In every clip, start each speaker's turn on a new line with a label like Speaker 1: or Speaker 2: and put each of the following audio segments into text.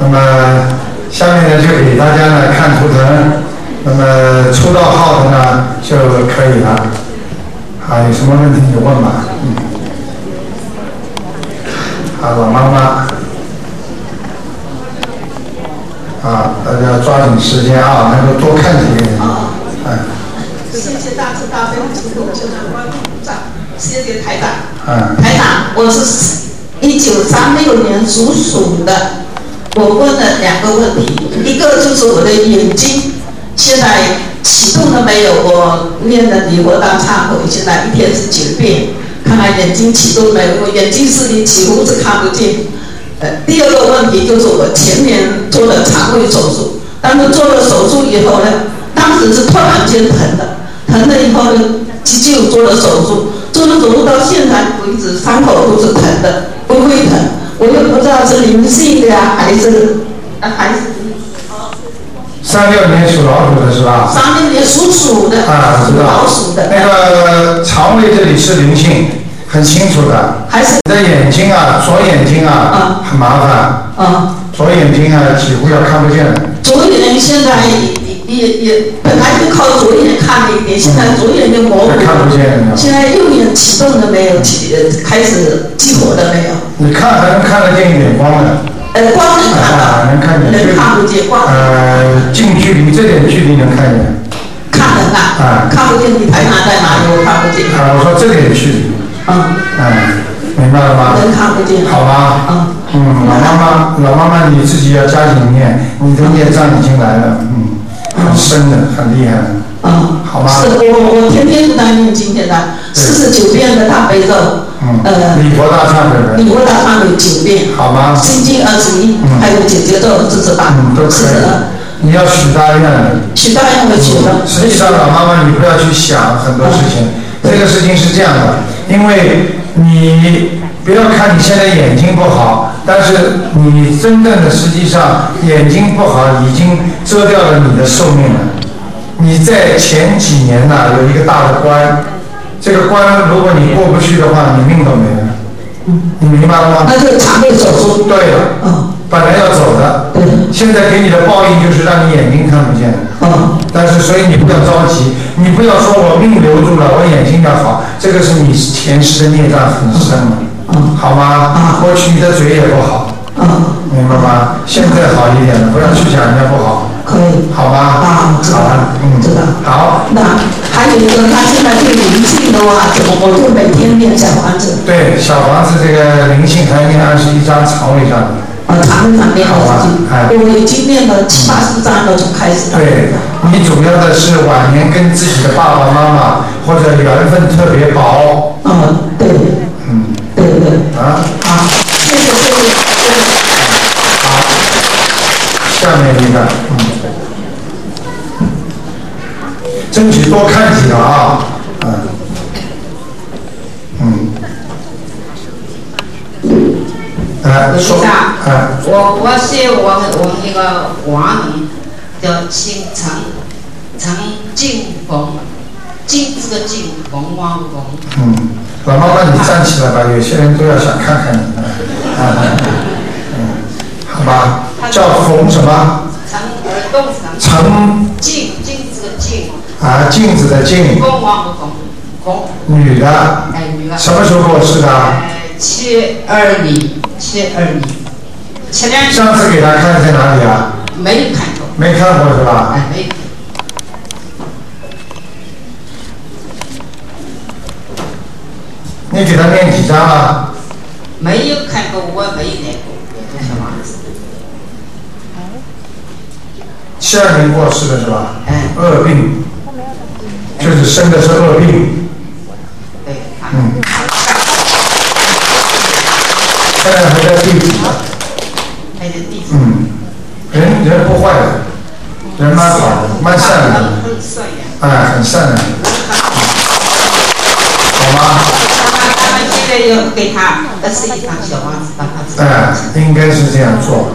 Speaker 1: 那么下面呢，就给大家呢看图腾，那么出到号的呢就可以了。啊，有什么问题你问吧。嗯。啊，老妈妈。啊，大家抓紧时间啊，能够多看几个人。嗯
Speaker 2: 谢谢大慈大悲救苦救难观世长，谢谢台长。
Speaker 1: 嗯。
Speaker 2: 台长，我是一九三六年属鼠的，我问了两个问题，一个就是我的眼睛现在启动了没有？我念了离我大忏悔，现在一天是九遍，看看眼睛启动没有？我眼睛视力几乎是看不见。呃，第二个问题就是我前年做了肠胃手术，但是做了手术以后呢，当时是突然间疼的，疼了以后呢，急救做了手术，做了手术到现在为止，伤口都是疼的，微微疼，我又不知道是灵性的呀、还是呃还是
Speaker 1: 三六年属老鼠的是吧？
Speaker 2: 三六年属鼠的，
Speaker 1: 啊，我
Speaker 2: 属
Speaker 1: 知道。
Speaker 2: 老鼠的，
Speaker 1: 那个肠胃这里是灵性，很清楚的。
Speaker 2: 还是
Speaker 1: 你的眼睛啊，左眼睛啊，
Speaker 2: 啊
Speaker 1: 很麻烦，
Speaker 2: 啊。
Speaker 1: 左眼睛啊几乎要看不见了。
Speaker 2: 左眼现在也也也本来就靠左眼看了一点，现在左眼就模糊
Speaker 1: 看不见了
Speaker 2: 了。现在右眼启动了没有？启呃开始激活了没有？
Speaker 1: 你看还能看得见一点光的，
Speaker 2: 呃，光能看
Speaker 1: 啊，能看
Speaker 2: 到，
Speaker 1: 见。
Speaker 2: 人看不见，光
Speaker 1: 呃，近距离这点距离能看见。
Speaker 2: 看人
Speaker 1: 啊
Speaker 2: 啊，看不见你台长在哪里，我看不见。
Speaker 1: 啊，我说这点距离，
Speaker 2: 嗯，
Speaker 1: 嗯，明白了吗？
Speaker 2: 人看不见。
Speaker 1: 好吧。
Speaker 2: 嗯
Speaker 1: 嗯，老妈妈，老妈妈你自己要加紧念，你的业障已经来了，嗯，很深的，很厉害的。
Speaker 2: 嗯，
Speaker 1: 好吧
Speaker 2: 是我我天天都在念经，现在
Speaker 1: 对
Speaker 2: 四十九遍的大悲咒，
Speaker 1: 嗯，
Speaker 2: 呃，
Speaker 1: 李博大忏悔文，
Speaker 2: 礼佛大忏悔九遍，
Speaker 1: 好吗？
Speaker 2: 心经啊二十一，还有姐姐咒四十八
Speaker 1: 嗯，都，可
Speaker 2: 四十二。
Speaker 1: 以。你要许大愿。
Speaker 2: 许大愿的许
Speaker 1: 嗯
Speaker 2: 了，
Speaker 1: 实际上，老妈妈，你不要去想很多事情。这个事情是这样的，因为你不要看你现在眼睛不好，但是你真正的实际上眼睛不好已经遮掉了你的寿命了。你在前几年呐、有一个大的关，这个关如果你过不去的话，你命都没了。你明白了吗？
Speaker 2: 那就肠胃手术，
Speaker 1: 对了，
Speaker 2: 嗯
Speaker 1: 本来要走的，
Speaker 2: 嗯
Speaker 1: 现在给你的报应就是让你眼睛看不见。
Speaker 2: 嗯
Speaker 1: 但是，所以你不要着急，你不要说我命留住了，我眼睛要好，这个是你前世的孽障很深了，好吗？过去你的嘴也不好，
Speaker 2: 嗯，
Speaker 1: 明白吗？现在好一点了，不要去讲人家不好，
Speaker 2: 可以。
Speaker 1: 好吗？
Speaker 2: 啊知道
Speaker 1: 好了，嗯，
Speaker 2: 知道
Speaker 1: 好，
Speaker 2: 那还有一个，他现在对灵性的话，怎么我就每天念小房子，
Speaker 1: 对，小房子这个灵性还要念二十一章肠胃上的，
Speaker 2: 啊，肠胃上念
Speaker 1: 好
Speaker 2: 了
Speaker 1: 啊
Speaker 2: 自己
Speaker 1: 哎，
Speaker 2: 我已经念了七八十章了，从开始到
Speaker 1: 对
Speaker 2: 现在。
Speaker 1: 你主要的是晚年跟自己的爸爸妈妈或者缘分特别薄，
Speaker 2: 嗯，对，
Speaker 1: 嗯，
Speaker 2: 对对对，
Speaker 1: 啊。
Speaker 2: 好，谢谢谢谢谢谢。
Speaker 1: 下面一个，嗯，争取多看几个啊，嗯，嗯，哎，说，哎，
Speaker 3: 我我是我们我们一个华人的呃姓陈，陈进鹏，进这个进鹏王鹏，
Speaker 1: 嗯，老妈妈，你站起来吧，有些人都要想看看你，啊，嗯，好吧，叫冯什么？
Speaker 3: 陈耳洞陈
Speaker 1: 陈
Speaker 3: 进进这个进
Speaker 1: 啊，镜子的镜，
Speaker 3: 凤凰鹏鹏，
Speaker 1: 女的，
Speaker 3: 哎女儿，
Speaker 1: 什么时候过世的？
Speaker 3: 呃七二年七二年，前两年
Speaker 1: 上次给他看在哪里啊？
Speaker 3: 没有看过，
Speaker 1: 没看过是吧？
Speaker 3: 哎没有看过。
Speaker 1: 你给他念几张啊？
Speaker 3: 没有看过，我没有来过，我都小房子，
Speaker 1: 七二年过世的是吧？
Speaker 3: 哎，
Speaker 1: 恶病，就是生的是恶病。
Speaker 3: 对，啊
Speaker 1: 嗯，现在还在地府呢。
Speaker 3: 还有地址，
Speaker 1: 嗯，人人不坏的，人蛮好的，蛮善良的，
Speaker 3: 很善良。
Speaker 1: 哎，很善良的，嗯好吗？
Speaker 3: 他们现在要给他二十一张小房子，把他自己
Speaker 1: 哎，应该是这样做，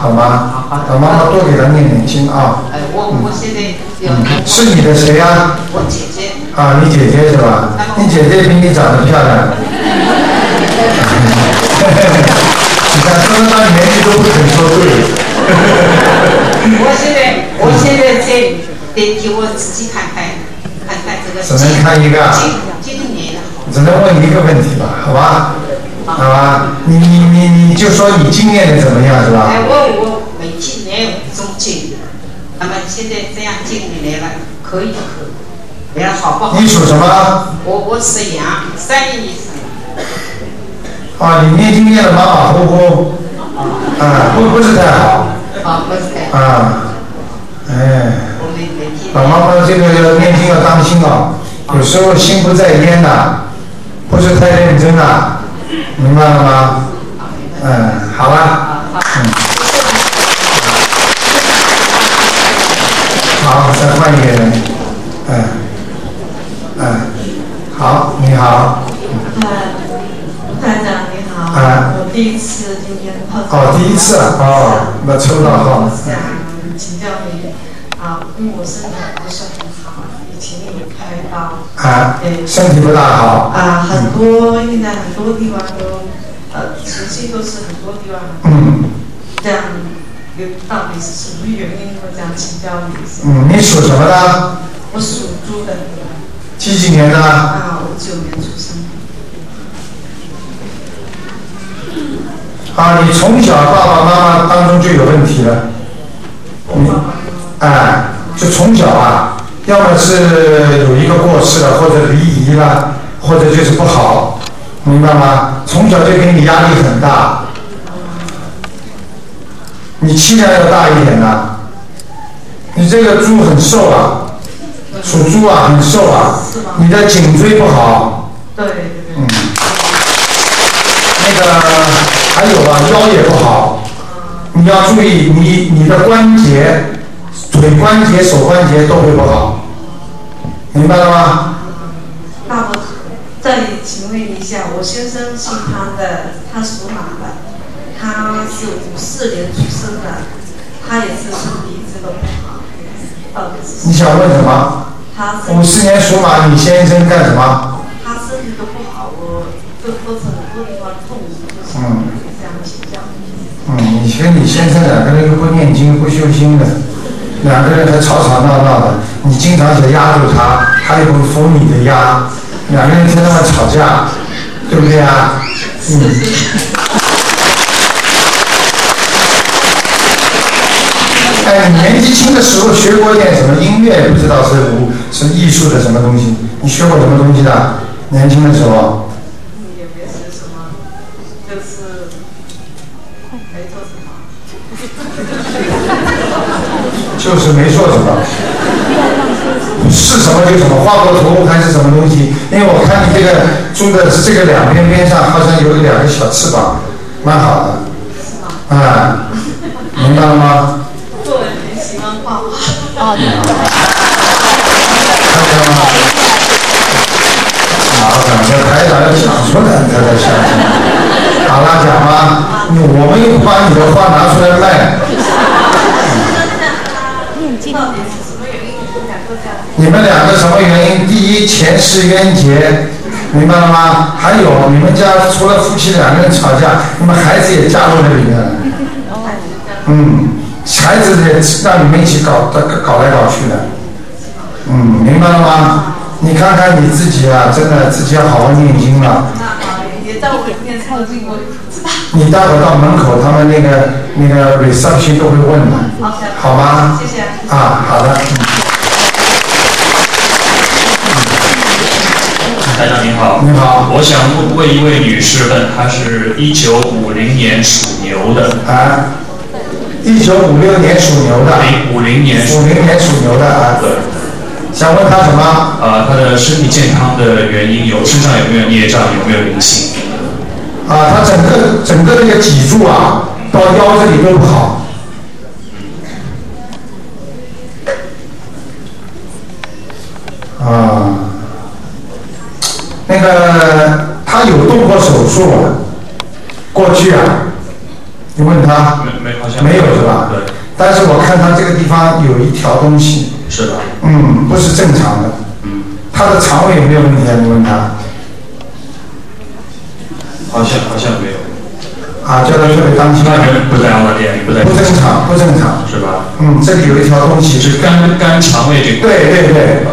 Speaker 1: 好吗？老妈妈多给他念念经啊。
Speaker 3: 哎，我我现在要
Speaker 1: 嗯，是你的谁呀、啊？
Speaker 3: 我姐姐，
Speaker 1: 啊，你姐姐是吧？你姐姐比你长得漂亮。你看，说到年纪都不肯说对，
Speaker 3: 得给我仔细看待看待这个
Speaker 1: 只
Speaker 3: 今。
Speaker 1: 能看一个啊
Speaker 3: 今今年的啊好，
Speaker 1: 只能问一个问题吧，好吧？好吧，你你你你就说你今年的怎么样是吧？
Speaker 3: 哎，我我每今年中进，那么现在这样进年来了，可以可，来了好不好？
Speaker 1: 你属什么？
Speaker 3: 我我是羊，三一生。
Speaker 1: 啊，你念经念的马马虎虎，啊，不不是太好，
Speaker 3: 啊，不是的，
Speaker 1: 啊，哎。
Speaker 3: 我们每天
Speaker 1: 老妈妈这个要念经要当心哦，有时候心不在焉呐、不是太认真呐、明白了吗？嗯，好吧，嗯
Speaker 3: 啊，好
Speaker 1: 好，再换一个人，嗯，嗯，好，你好，
Speaker 4: 台长你好，
Speaker 1: 啊
Speaker 4: 我第一次今天碰到
Speaker 1: 哦，第一次啊，哦，那抽到号嗯
Speaker 4: 我，想请教你啊，因为我身体不是很好，也请你开刀
Speaker 1: 啊，身体不大好，
Speaker 4: 啊，很多现在很多地方都呃持续都是很多地方
Speaker 1: 嗯
Speaker 4: 这样，有到底是什么原因？我想请教你一下。
Speaker 1: 嗯，你属什么的？
Speaker 4: 我属猪的
Speaker 1: 几几年的？
Speaker 4: 啊，五九年出生的，
Speaker 1: 啊，你从小爸爸妈妈当中就有问题了，你，哎，就从小啊，要么是有一个过世了，或者离异了，或者就是不好，明白吗？从小就给你压力很大，你气量要大一点呐、你这个猪很瘦啊，属猪啊，很瘦啊
Speaker 4: 是吗，
Speaker 1: 你的颈椎不好，
Speaker 4: 对对对，
Speaker 1: 嗯，那个还有啊，腰也不好，你要注意你你的关节、腿关节、手关节都会不好，明白了吗？
Speaker 4: 那我这里请问一下，我先生姓潘的，他属马的，他是五四年出生的，他也是身体一直都不好，呃，
Speaker 1: 你想问什么？
Speaker 4: 他身
Speaker 1: 五
Speaker 4: 体
Speaker 1: 十年属马，你先生干什么？
Speaker 4: 他身体都不好，我各各种各地方痛，就是这样请教。
Speaker 1: 嗯，你跟你先生两个人又不念经不修心的，两个人还吵吵闹闹的，你经常想压住他，他又不服你的压，两个人天天晚吵架，对不对啊？嗯。哎，你年纪轻的时候学过一点什么音乐？不知道是舞是艺术的什么东西？你学过什么东西的？年轻的时候
Speaker 4: 也没学什么，就是没做什么。
Speaker 1: 就是没做什么，是什么就什么，画过图还是什么东西？因为我看你这个猪的这个两边边上好像有两个小翅膀，蛮好的，啊、明白了吗？
Speaker 4: 做人很喜欢画画，
Speaker 1: 看到了吗？好，感觉台长要讲出来，他才笑。好了，讲吧，你我们又不把你的话拿出来卖，
Speaker 4: 到底是什么原因？我们两个这样。
Speaker 1: 你们两个什么原因？第一，前世冤结，明白了吗？还有，你们家除了夫妻两个人吵架，你们孩子也加入了里面了。嗯，孩子也让你们一起搞搞搞来搞去的。嗯，明白了吗？你看看你自己啊，真的自己要好好念经了。
Speaker 4: 也在我面靠近我，
Speaker 1: 你待会儿到门口，他们那个那个 reception 都会问的，好吗？
Speaker 4: 谢谢。
Speaker 1: 啊，好的。
Speaker 5: 台长您好，
Speaker 1: 你好
Speaker 5: 我想问一位女士问，她是一九五零年属牛的，
Speaker 1: 嗯啊，一九五六年属牛的，
Speaker 5: 零五零年属
Speaker 1: 五零年属牛的啊，
Speaker 5: 的，
Speaker 1: 想问他什么？
Speaker 5: 呃，她的身体健康的原因有身上有没有孽障，有没有灵性？
Speaker 1: 啊，他整个整个这个脊柱啊，到腰这里都不好。啊，那个他有动过手术啊，过去啊，你问他
Speaker 5: 没没好像
Speaker 1: 没有是吧？
Speaker 5: 对，
Speaker 1: 但是我看他这个地方有一条东西，
Speaker 5: 是的，
Speaker 1: 嗯，不是正常的。
Speaker 5: 嗯
Speaker 1: 他的肠胃有没有问题啊？你问他。
Speaker 5: 好像好像没有。
Speaker 1: 啊，叫他特别当心，
Speaker 5: 那人不在澳大利亚，也不在
Speaker 1: 不正常，不正常。
Speaker 5: 是吧？
Speaker 1: 嗯，这里有一条东西
Speaker 5: 是肝肝肠胃这块
Speaker 1: 对对对，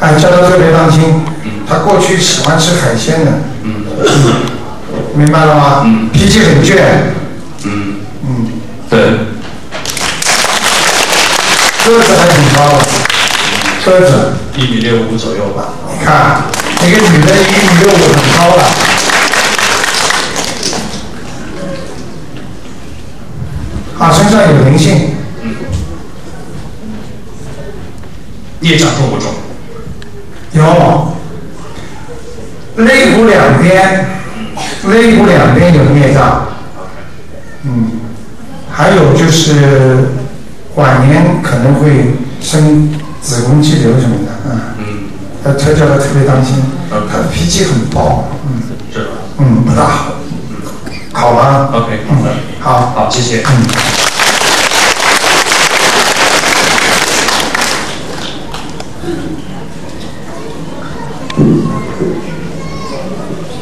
Speaker 1: 哎，叫他特别当心，他过去喜欢吃海鲜的，明白了吗？
Speaker 5: 嗯
Speaker 1: 脾气很倔，
Speaker 5: 嗯，
Speaker 1: 嗯，
Speaker 5: 对，
Speaker 1: 个子还挺高的，个子，
Speaker 5: 一米六五左右吧。
Speaker 1: 你看，一个女的一米六五很高了，啊，身上有灵性，
Speaker 5: 业障重不重？
Speaker 1: 有，肋骨两边，肋骨两边有孽障，嗯，还有就是晚年可能会生子宫肌瘤什么的，嗯，
Speaker 5: 嗯，
Speaker 1: 他他叫他特别当心，
Speaker 5: OK
Speaker 1: 他脾气很暴，嗯
Speaker 5: 是吧
Speaker 1: 嗯不大好，好吧，
Speaker 5: ？OK，好
Speaker 1: 嗯
Speaker 5: 的，
Speaker 1: 好，
Speaker 5: 好，谢谢。
Speaker 1: 嗯。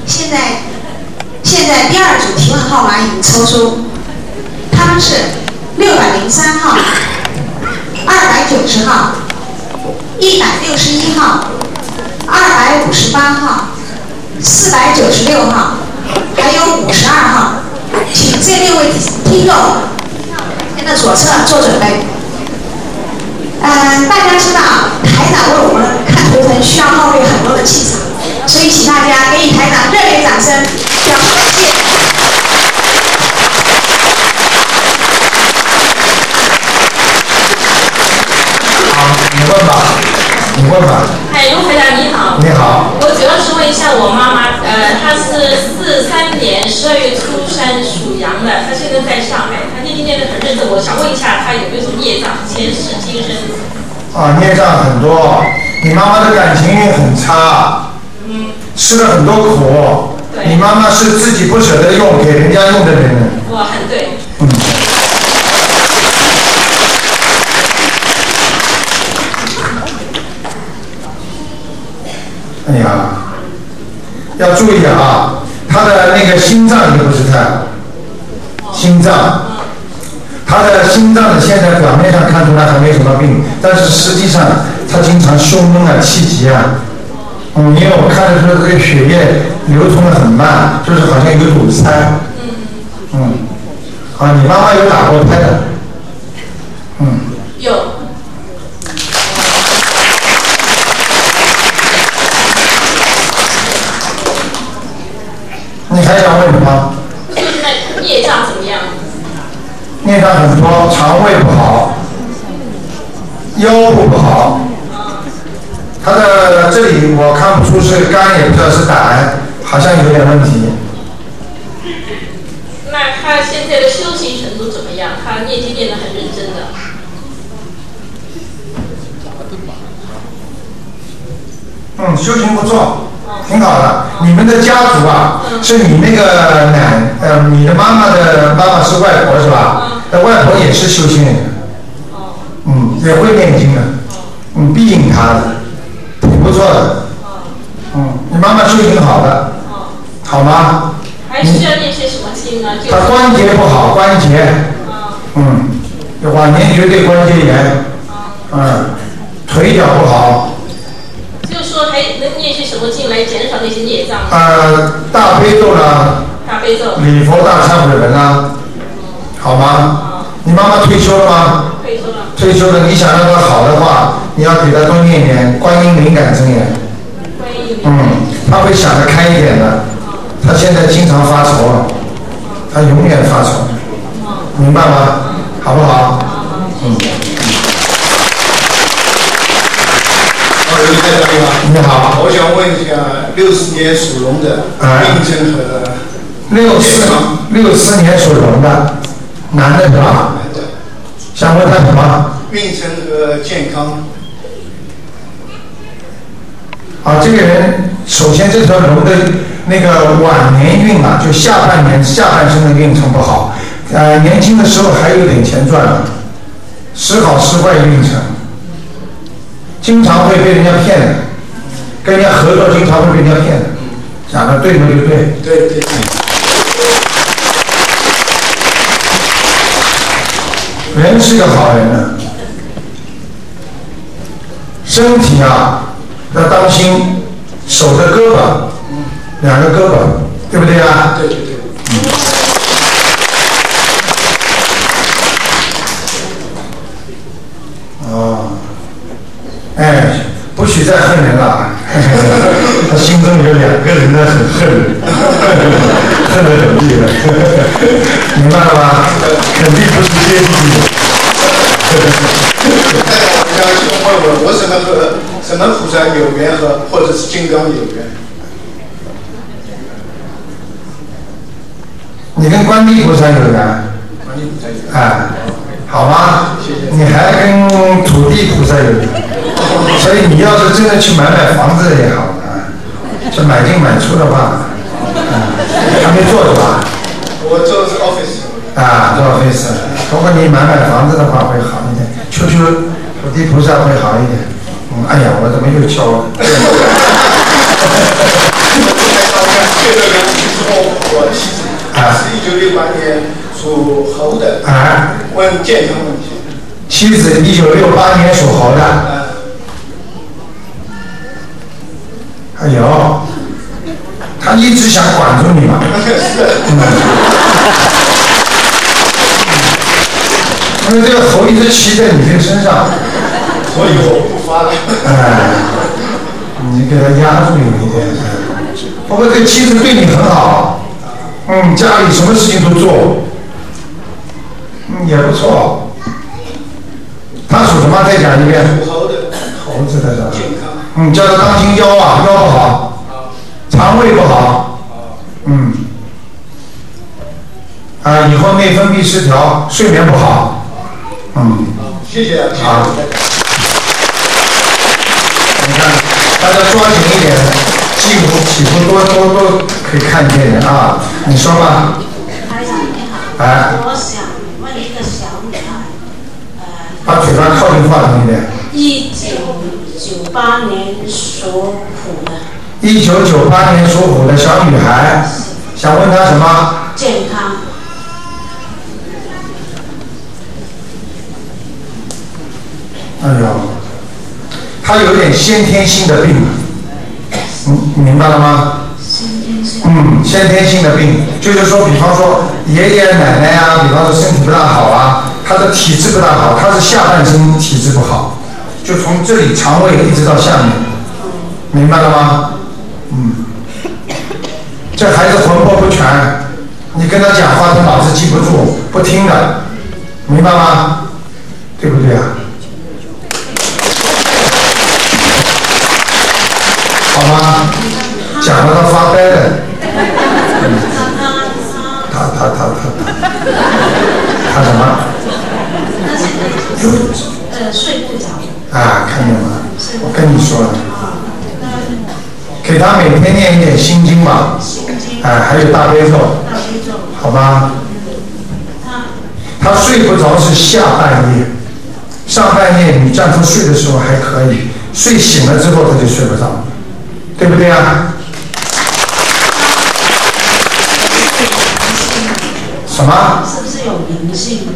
Speaker 6: 现在，现在第二组提问号码已经抽出，他们是六百零三号、二百九十号、一百六十一号、二百五十八号、四百九十六号，还有五十二号，请这六位听众现在左侧做准备。呃，大家知道台长为我们看图腾需要耗费很多的气场，所以请大家给予台长热烈掌声，表示感谢。
Speaker 1: 好，你问吧，你问吧，
Speaker 7: 嗨，哎卢台长你好，
Speaker 1: 你好，
Speaker 7: 我主要是问一下我妈妈，呃，她是四三年十二月初三属羊的，她现在在上海，她念经念得很认真，我想问一下她有没有什么业障，前世今生？
Speaker 1: 啊，孽障很多，你妈妈的感情运很差，
Speaker 7: 嗯，
Speaker 1: 吃了很多苦，
Speaker 7: 对
Speaker 1: 你妈妈是自己不舍得用，给人家用的人，
Speaker 7: 我很对，
Speaker 1: 嗯，哎呀，要注意啊，她的那个心脏也不是太好，心脏。他的心脏的现在表面上看出来还没什么病，但是实际上他经常胸闷啊、气急啊，嗯，因为我看的时候这个血液流通的很慢，就是好像有堵塞。嗯，啊，你妈妈有打过胎的，嗯，
Speaker 7: 有，
Speaker 1: 你还想问什么？
Speaker 7: 就是那业障怎么样？
Speaker 1: 孽障很多，肠胃不好，腰部不好。他的这里我看不出是肝，也不知道是胆，好像有点问题。
Speaker 7: 那她现在的修行程度怎么样？她念经念得很认真的，
Speaker 1: 嗯，修行不错，挺好的。你们的家族啊，是你那个奶，呃，你的妈妈的妈妈是外婆是吧？那外婆也是修行人，嗯，也会念经的，嗯，必应她的，挺不错的。嗯，你妈妈修行好的，好吗？
Speaker 7: 还需要念些什么经呢？就
Speaker 1: 她关节不好，关节，嗯，晚年绝对关节炎，嗯，腿脚不好，
Speaker 7: 就是说还能念些什么经来减少那些业障？
Speaker 1: 呃，大悲咒呢。
Speaker 7: 大悲咒，
Speaker 1: 礼佛大忏悔文啦，好吗？你妈妈退休了吗？
Speaker 7: 可以说了。
Speaker 1: 退休了，你想让她好的话，你要给她多念点观音灵感真言，
Speaker 7: 欢迎你们。
Speaker 1: 嗯，她会想得开一点的。她现在经常发愁啊，她永远发愁，明白吗？好不好？
Speaker 8: 啊，刘太长你好，
Speaker 1: 你好，
Speaker 8: 啊我想问一下，六四年属龙的
Speaker 1: 哎
Speaker 8: 病症和
Speaker 1: 六四六四年属龙的，男的是吧？
Speaker 8: 男的
Speaker 1: 想问他什么？
Speaker 8: 病症和健康，
Speaker 1: 啊，这个人首先这条龙的那个晚年运啊，就下半年下半生的运程不好，呃，年轻的时候还有点钱赚呢，时好时坏运程，经常会被人家骗的，跟人家合作经常会被人家骗的，讲的对不就对，
Speaker 8: 对对对，
Speaker 1: 人是个好人呢、身体啊要当心，手的胳膊，两个胳膊，对不对啊？
Speaker 8: 对对对，
Speaker 1: 哦，哎，不许再恨人了。 他心中有两个人呢， 很恨，恨得很厉害， 明白了吧？肯定不是阶级。
Speaker 8: 大家互相问问，我什么呃和什么菩萨有缘和或者是金刚有缘？
Speaker 1: 你跟观地菩萨有缘，
Speaker 8: 观音菩萨有缘。
Speaker 1: 哎，好吗？
Speaker 8: 谢谢
Speaker 1: 你还跟土地菩萨有缘，所以你要是真的去买买房子也好啊，这买进买出的话，啊，还没做是吧？
Speaker 8: 我做的是 office，
Speaker 1: 啊，多少费事。如果你买买房子的话，会好一点，求求土地菩萨会好一点。嗯，哎呀，我怎么又敲了？
Speaker 8: 这个人是我我妻子，她是一九六八年属猴的，
Speaker 1: 啊，
Speaker 8: 问健康问题。
Speaker 1: 妻子一九六八年属猴的，
Speaker 8: 啊，
Speaker 1: 哎呦，他一直想管住你嘛。嗯
Speaker 8: 是的，
Speaker 1: 因为这个猴一直骑在你这个身上，
Speaker 8: 所以我不发了。
Speaker 1: 哎，你给他压住有一点。不过这个妻子对你很好，嗯，家里什么事情都做，嗯，也不错。他属什么？再讲一遍。
Speaker 8: 属猴的
Speaker 1: 猴子的是吧？
Speaker 8: 健康，
Speaker 1: 嗯，叫他当心腰啊，腰不好，肠胃不好，嗯，啊，以后内分泌失调，睡眠不好，嗯。
Speaker 8: 好，谢谢啊，谢谢
Speaker 1: 好
Speaker 8: 大家。
Speaker 1: 你看，大家抓紧一点，几乎几乎多多多可以看见人啊。你说吧，
Speaker 9: 台长你好，
Speaker 1: 哎，
Speaker 9: 我想问一个小女孩，呃，
Speaker 1: 把嘴巴靠近话筒一点。
Speaker 9: 一九九八年属虎的，
Speaker 1: 一九九八年属虎的小女孩，想问她什么？
Speaker 9: 健康，
Speaker 1: 哎呦，她有点先天性的病，啊嗯，明白了吗？
Speaker 9: 先天性，
Speaker 1: 嗯，先天性的病，就是说，比方说爷爷奶奶啊，比方说身体不大好啊，他的体质不大好，他是下半身体质不好，就从这里肠胃一直到下面，明白了吗？嗯，这孩子魂魄不全，你跟他讲话，他脑子记不住，不听的，明白吗？对不对啊？好吗？讲了他发呆了。嗯他他他他他什么？
Speaker 9: 但是呃呃睡不着，
Speaker 1: 啊，看见吗？我跟你说了，给他每天念一点心经吧，
Speaker 9: 心经
Speaker 1: 哎、还有大悲咒，
Speaker 9: 大悲咒，
Speaker 1: 好吧？
Speaker 9: 他
Speaker 1: 他睡不着是下半夜，上半夜你叫他睡的时候还可以，睡醒了之后他就睡不着，对不对啊？什么？
Speaker 9: 是不是有灵性？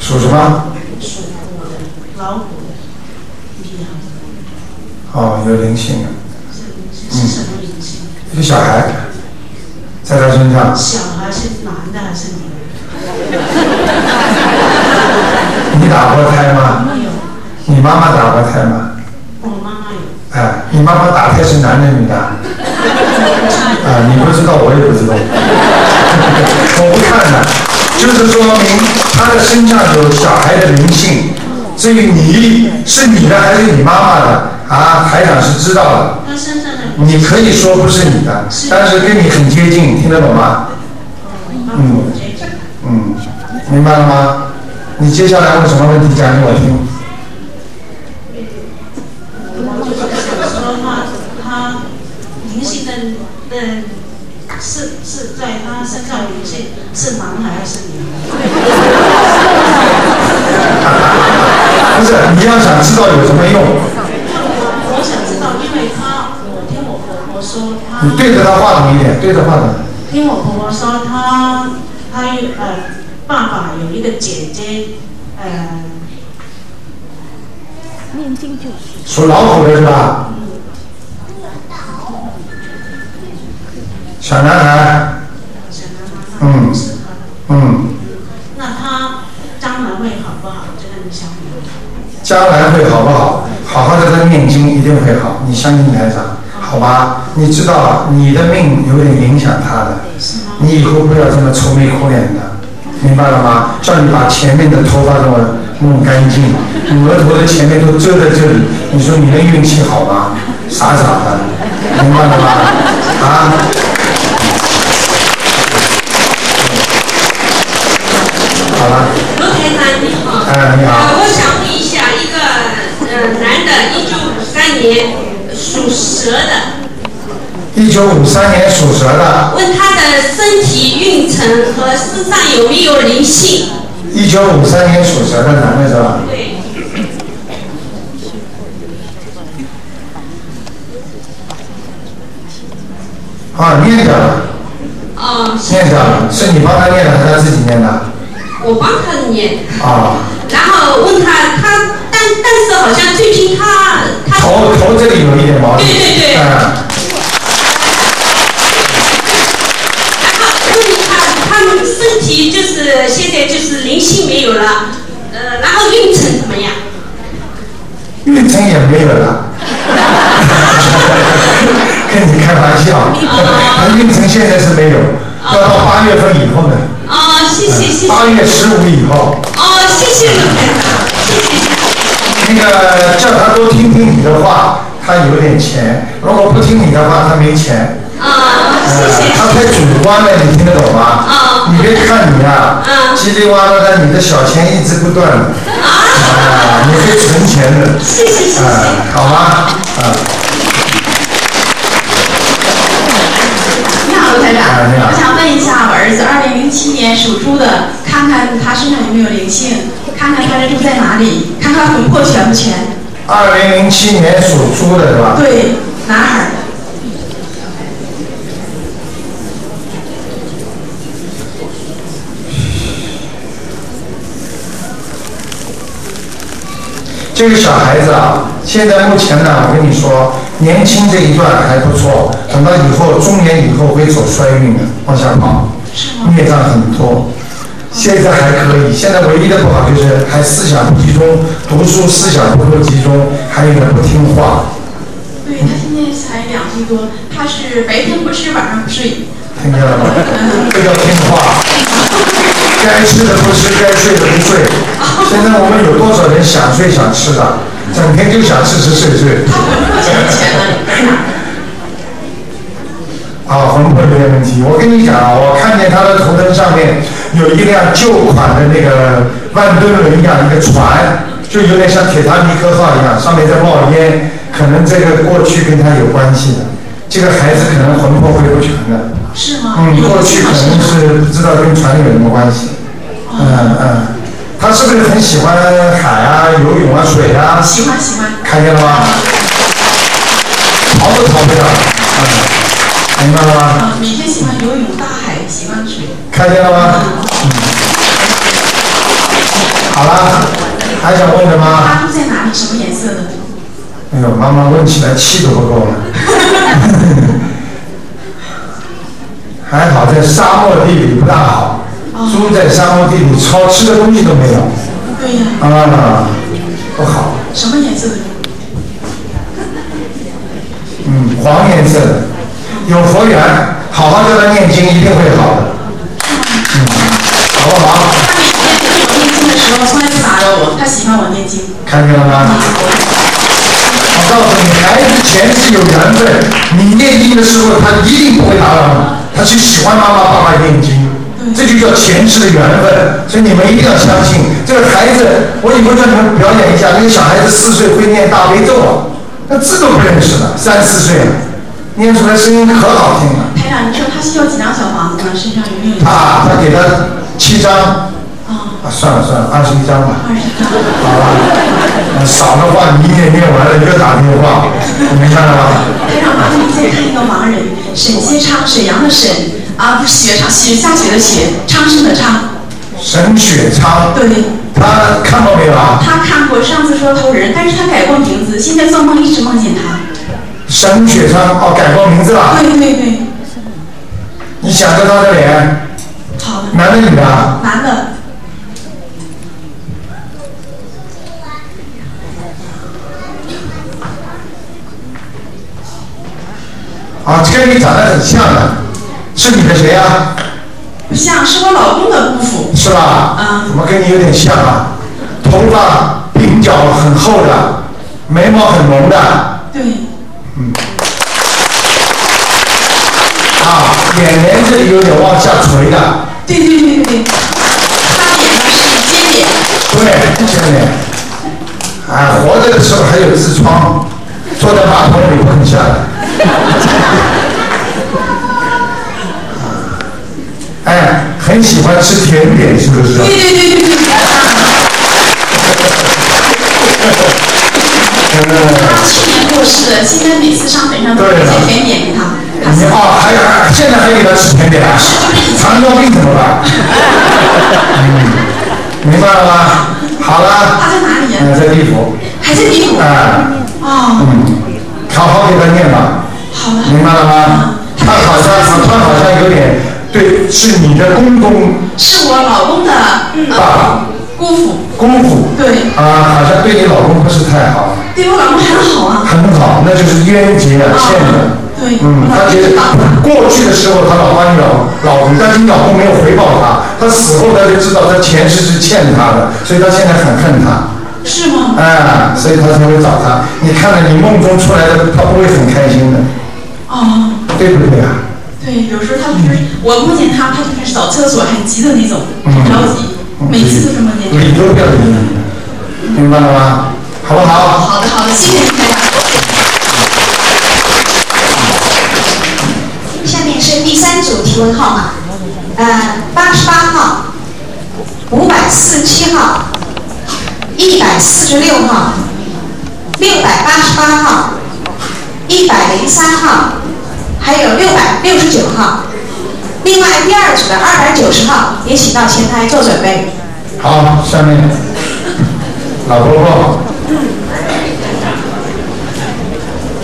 Speaker 1: 属什么？
Speaker 9: 属虎
Speaker 2: 嗯
Speaker 9: 的，老虎的，你好，
Speaker 1: 哦，有灵性的，
Speaker 9: 是灵性是什么灵性？
Speaker 1: 一个小孩，在他身上。
Speaker 9: 小孩是男的还是女的？
Speaker 1: 你打过胎吗？你妈妈打过胎吗？
Speaker 9: 我妈妈有，
Speaker 1: 哎，你妈妈打胎是男的 女的？啊，你不知道，我也不知道， 我不看的，就是说明他的身上有小孩的灵性。至于你是你的还是你妈妈的啊，台长是知道的。
Speaker 9: 他身上的
Speaker 1: 你可以说不是你的，但是跟你很接近，听得懂吗？
Speaker 9: 嗯，接近。
Speaker 1: 嗯，明白了吗？你接下来问什么问题？讲给我听。
Speaker 9: 我就是想说话，他灵性的的是是在他身上灵性是男孩还是女孩？
Speaker 1: 不是，你要想知道有什么用，
Speaker 9: 我想知道，因为他我听我婆婆说
Speaker 1: 你
Speaker 9: 他，
Speaker 1: 对着他话筒一点，对着话筒。
Speaker 9: 听我婆婆说他他有呃爸爸有一个姐姐，呃
Speaker 1: 属老虎的是吧？小男孩，
Speaker 9: 小男孩，他
Speaker 1: 嗯
Speaker 9: 不适合的
Speaker 1: 嗯，
Speaker 9: 那他将来会好不好？这个你想不想？
Speaker 1: 将来会好不好？好好的在念经，一定会好，你相信台长，好吧？你知道啊你的命有点影响他的，
Speaker 9: 是吗？
Speaker 1: 你以后不要这么愁眉苦脸的，明白了吗？叫你把前面的头发给我弄干净，你额头的前面都遮在这里，你说你的运气好吗？傻傻的，明白了吗？啊？好了，
Speaker 10: 罗台长你好，
Speaker 1: 哎，你好，
Speaker 10: 呃，我想问一下，一个呃男的，一九五三年属蛇的，
Speaker 1: 一九五三年属蛇的，
Speaker 10: 问他的身体运程和身上有没有灵性？
Speaker 1: 一九五三年属蛇的男的是吧？
Speaker 10: 对，
Speaker 1: 啊，念掉了，
Speaker 10: 哦、
Speaker 1: 念掉了，是你帮他念的还是他自己念的？
Speaker 10: 我帮他念，
Speaker 1: 啊。
Speaker 10: 然后问他，他但但是好像最近他他
Speaker 1: 头头这里有一点毛病，
Speaker 10: 对对对
Speaker 1: 嗯，
Speaker 10: 然后问他他们身体就是现在就是灵性没有了，呃，然后运程怎么样？
Speaker 1: 运程也没有了。 跟你开玩笑，
Speaker 10: 哦
Speaker 1: 他运程现在是没有，要到八月份以后呢，
Speaker 10: 哦、谢谢谢谢，
Speaker 1: 八
Speaker 10: 哦、
Speaker 1: 月十五以后，
Speaker 10: 谢谢罗台长，谢谢谢谢。
Speaker 1: 那个叫他多听听你的话，他有点钱；如果不听你的话，他没钱。
Speaker 10: 啊，
Speaker 1: 呃
Speaker 10: 谢谢。
Speaker 1: 他太主观了，你听得懂吗？
Speaker 10: 啊
Speaker 1: 你别看你啊，
Speaker 10: 嗯
Speaker 1: 叽里哇啦的，你的小钱一直不断，啊，你会存钱的。
Speaker 10: 谢谢谢
Speaker 1: 啊
Speaker 10: 谢。，
Speaker 1: 好吗？啊，
Speaker 9: 你好，罗台长
Speaker 1: 哎你好
Speaker 9: 我想问一下，我儿子二零零七年属猪的，看看他身上有没有灵性，看看他的猪在哪里，看看魂魄全不全。
Speaker 1: 二零零七年属猪的是吧？
Speaker 9: 对，男孩儿。
Speaker 1: 这个小孩子啊，现在目前呢，我跟你说，年轻这一段还不错，等到以后中年以后会走衰运的，往下跑，孽障很多。现在还可以，现在唯一的不好就是还思想不集中，读书思想不够集中，还有点不听话，
Speaker 9: 对他现在才两岁多，他是白天不吃，晚上不睡。
Speaker 1: 听见了吗？这叫听话，该吃的不吃，该睡的不睡。现在我们有多少人想睡想吃的，整天就想吃吃睡睡。
Speaker 9: 他魂魄全不全呢？
Speaker 1: 啊，魂魄有点问题。我跟你讲啊，我看见他的头灯上面有一辆旧款的那个万吨轮一样一个船，就有点像铁达尼克号一样，上面在冒烟，可能这个过去跟他有关系的。这个孩子可能魂魄会不全的，
Speaker 9: 是吗？
Speaker 1: 嗯，
Speaker 9: 有
Speaker 1: 过去可能是不知道跟船有什么关系。嗯嗯，他是不是很喜欢海啊、游泳啊、水啊？
Speaker 9: 喜欢喜欢。
Speaker 1: 看见了吗？逃都逃不了，嗯，明白了吗？
Speaker 9: 啊，每天喜欢游泳、大海，喜欢水。
Speaker 1: 看见了吗？嗯。好了，还想问什么？
Speaker 9: 他住在哪里？什么颜色的？
Speaker 1: 哎呦，妈妈问起来气都不够了。 还好在沙漠地里不大好，猪在沙漠地里超吃的东西都没有
Speaker 9: 对呀、
Speaker 1: 啊，不好。
Speaker 9: 什么颜色的？
Speaker 1: 嗯，黄颜色的，有佛缘，好好叫他念经，一定会好的。嗯，好不好？
Speaker 9: 他每天给我念经的时候，从来不打扰我，他喜欢我念经。
Speaker 1: 看见了吗？我告诉你，孩子前世有缘分，你念经的时候，他一定不会打扰你，他就喜欢妈妈爸爸念经，这就叫前世的缘分。所以你们一定要相信，这个孩子，我以后让你们表演一下，那个小孩子四岁会念大悲咒啊，那字都不认识了，三四岁了，念出来声音可好听了
Speaker 9: 台长，你说他需要几张小房子呢？身上有没有？
Speaker 1: 啊！他给他七张，啊，算了算了，二十一张吧。
Speaker 9: 二十张。
Speaker 1: 好吧，少的话你也念完了，又打电话，你明白了吗？
Speaker 9: 台长，麻烦您再看一个盲人，沈先昌，沈阳的沈，啊，不是雪场，雪下雪的雪，苍生的苍。
Speaker 1: 沈雪昌，
Speaker 9: 对，
Speaker 1: 他看过没有啊？
Speaker 9: 他看过，上次说偷人，但是他改过名字，现在做梦一直梦见他。
Speaker 1: 沈雪昌，哦，改过名字了。
Speaker 9: 对对对，
Speaker 1: 你想着他的脸，
Speaker 9: 好的，
Speaker 1: 男的女的啊？
Speaker 9: 男的，
Speaker 1: 啊，这跟你长得很像的，是你的谁啊？
Speaker 9: 不像是我老公的姑父。
Speaker 1: 是吧？
Speaker 9: 嗯
Speaker 1: 怎么跟你有点像啊？头发鬓角很厚的，眉毛很浓的，啊，
Speaker 9: 对，
Speaker 1: 眼帘这里有点往下垂的，
Speaker 9: 对对对对对，他脸上是尖脸。
Speaker 1: 对，下面，啊，活着的时候还有痔疮，坐在马桶里喷下来。 哎，很喜欢吃甜点，是不是？
Speaker 9: 对对对对对，
Speaker 1: 嗯。
Speaker 9: 他去年过世了，现在每次上坟上都
Speaker 1: 对啊
Speaker 9: 会
Speaker 1: 了
Speaker 9: 些甜点给他。他
Speaker 1: 你
Speaker 9: 说
Speaker 1: 哦，还有啊现在还给他吃甜点啊？糖尿病怎么办？嗯，明白了吗？好了，
Speaker 9: 他在哪里呀、
Speaker 1: 嗯，在地府，
Speaker 9: 还在尼泊尔
Speaker 1: 啊，
Speaker 9: 哦，
Speaker 1: 嗯，好好给他念吧，
Speaker 9: 好的，
Speaker 1: 明白了吗？他好像，他好像有点对，是你的公公
Speaker 9: 是我老公的嗯
Speaker 1: 爸爸
Speaker 9: 姑父，
Speaker 1: 公父
Speaker 9: 对，
Speaker 1: 啊，好像对你老公不是太好，
Speaker 9: 对我老公很好啊。
Speaker 1: 很好，那就是冤结啊，欠的。
Speaker 9: 对，
Speaker 1: 嗯，
Speaker 9: 我
Speaker 1: 他
Speaker 9: 老
Speaker 1: 觉得
Speaker 9: 公很棒啊。
Speaker 1: 过去的时候他老把你老老公，但是你老公没有回报他，他死后他就知道他前世是欠他的，所以他现在很恨他，
Speaker 9: 是吗？
Speaker 1: 哎、所以他才会找他。你看了你梦中出来的，他不会很开心的，
Speaker 9: 哦，
Speaker 1: 对不对啊？
Speaker 9: 对，有时候他就是
Speaker 2: 嗯
Speaker 9: 我梦见他，他就开始找厕所，很急的那种，
Speaker 1: 嗯
Speaker 9: 很着急，每次都是梦见他。
Speaker 1: 理都不要理，明白了吗？好不好？
Speaker 9: 好的，好的，谢谢你台长。
Speaker 6: 下面是第三组提问号码，呃，八十八号、五百四十七号、一百四十六号、六百八十八号、一百零三号，还有六百六十九号。另外，第二组的二百九十号也请到前台做准备。
Speaker 1: 好，下面老婆婆，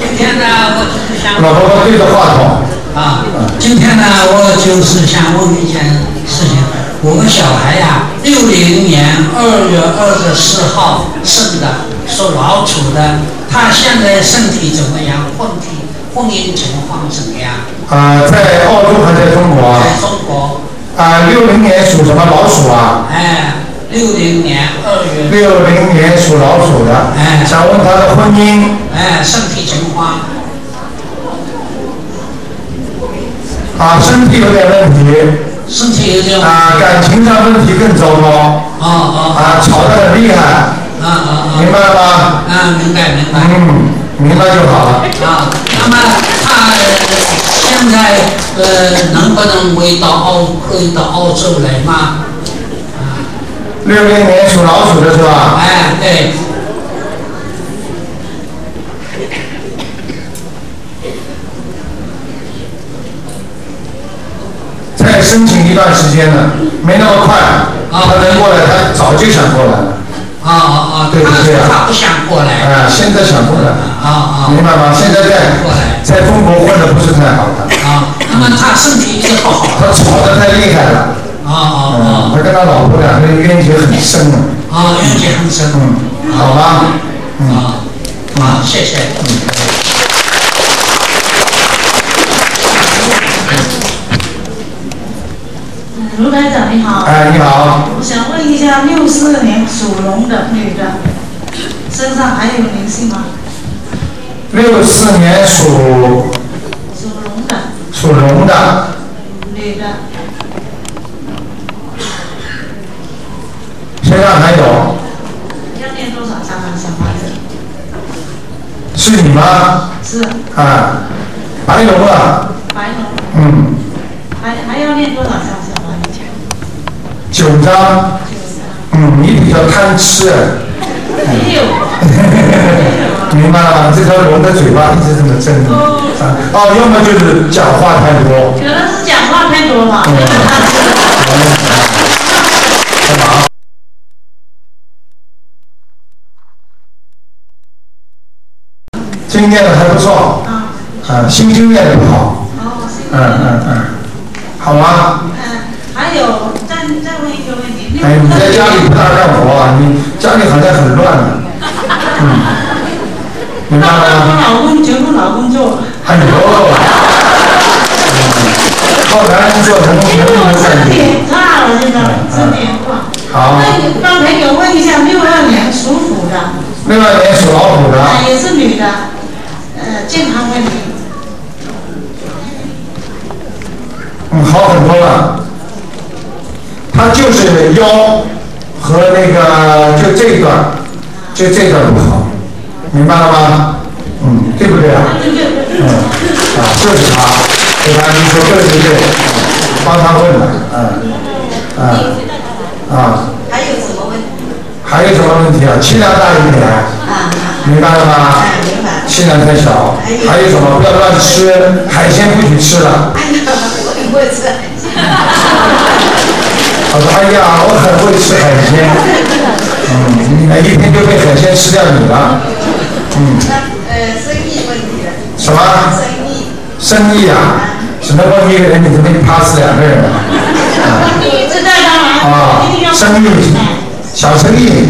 Speaker 2: 今天呢，我就是想
Speaker 1: 老婆婆对着话筒，
Speaker 2: 啊，今天呢，我就是想问一件事情。我们小孩呀，六零年二月二十四号生的，属老鼠的。他现在身体怎么样？婚体婚姻情况怎么样？
Speaker 1: 啊、在澳洲还在中国啊？
Speaker 2: 在中国，
Speaker 1: 啊，六零年属什么老鼠啊？
Speaker 2: 哎，六零年二月，
Speaker 1: 六零年属老鼠的，
Speaker 2: 哎
Speaker 1: 想问他的婚姻
Speaker 2: 哎，身体情况
Speaker 1: 啊，身体有点问题
Speaker 2: 身体有点
Speaker 1: 啊，感情上问题更糟糕
Speaker 2: 哦哦
Speaker 1: 啊，吵得很厉害，
Speaker 2: 啊啊
Speaker 1: 明白了吗？
Speaker 2: 啊啊！明白明白。
Speaker 1: 嗯，明白就好了。
Speaker 2: 啊，那么他现在呃能不能回到澳回到澳洲来嘛？
Speaker 1: 六零年属老鼠的是吧？
Speaker 2: 哎，对，
Speaker 1: 再申请一段时间呢，没那么快，他能过来，他早就想过来了，
Speaker 2: 啊啊啊，
Speaker 1: 对
Speaker 2: 他
Speaker 1: 对
Speaker 2: 说
Speaker 1: 啊
Speaker 2: 他不想过来，
Speaker 1: 啊，现在想过来
Speaker 2: 啊
Speaker 1: 了，
Speaker 2: 啊
Speaker 1: 明白吗？现在
Speaker 2: 过
Speaker 1: 在
Speaker 2: 来
Speaker 1: 在中国混的不是太好的，
Speaker 2: 啊，那么他身体一直不好，
Speaker 1: 他吵得太厉害了。
Speaker 2: 啊啊
Speaker 1: 嗯，他跟他老婆两个人冤结很深的。
Speaker 2: 啊啊，运气很深，
Speaker 1: 嗯，好吧。嗯，
Speaker 2: 啊啊，谢谢，
Speaker 3: 卢台长你好，
Speaker 1: 哎，你好，
Speaker 3: 我想问一下，六四年属龙的女的，身上还有灵性吗？
Speaker 1: 六四年属
Speaker 3: 属龙的
Speaker 1: 属龙的，
Speaker 3: 女的，
Speaker 1: 身上还有，
Speaker 3: 要念多少张啊？小房子
Speaker 1: 是你吗？
Speaker 3: 是
Speaker 1: 啊，白龙啊，
Speaker 3: 白龙，
Speaker 1: 嗯，
Speaker 3: 还还要念多少张小房子？
Speaker 1: 九张，嗯，你比较贪吃，啊
Speaker 3: 没有，
Speaker 1: 明白了吗？这条龙的嘴巴一直这么震动，啊，哦，要么就是讲话太多，
Speaker 3: 可能是讲话太
Speaker 9: 多嘛。
Speaker 10: 嗯
Speaker 1: 啊经念的还不错，啊，心经念的不好，嗯嗯嗯，好吗？
Speaker 9: 还有再再问一个问题，
Speaker 1: 哎，你在家里不大干活啊，你家里好像很乱的，嗯，明白了吗？
Speaker 9: 我老公全部老公做，
Speaker 1: 哎呦，嗯靠男人做什么
Speaker 9: 因为我
Speaker 1: 不
Speaker 9: 身
Speaker 1: 干
Speaker 9: 体很差了，现在身体很
Speaker 2: 嗯
Speaker 9: 差。
Speaker 1: 好，
Speaker 9: 那你刚才有问一下，六二年属虎的，
Speaker 1: 另外一年属老虎的，
Speaker 9: 啊，也是女的，呃，健康问题。
Speaker 1: 嗯，好很多了。他就是腰和那个就这一段，就这段不好，明白了吗？嗯，对不对啊？嗯，啊，就是他，给他你说对不对？帮他问了，嗯，啊，啊，
Speaker 3: 还有什么问题？
Speaker 1: 还有什么问题啊？气量大一点，明白了吗？
Speaker 2: 啊
Speaker 1: 气量太小，还有什么？不要乱吃海鲜，不许吃了。
Speaker 2: 哎我很会吃。
Speaker 1: 我说：“哎呀，我很会吃海鲜，嗯，你哪一天就被海鲜吃掉你了，嗯，
Speaker 4: 呃，生意问题了。
Speaker 1: 什么
Speaker 4: 生意。
Speaker 1: 生意啊，只能问一个人，你怎么一趴死两个人啊？
Speaker 9: 你知道吗？
Speaker 1: 啊，生意，小生意，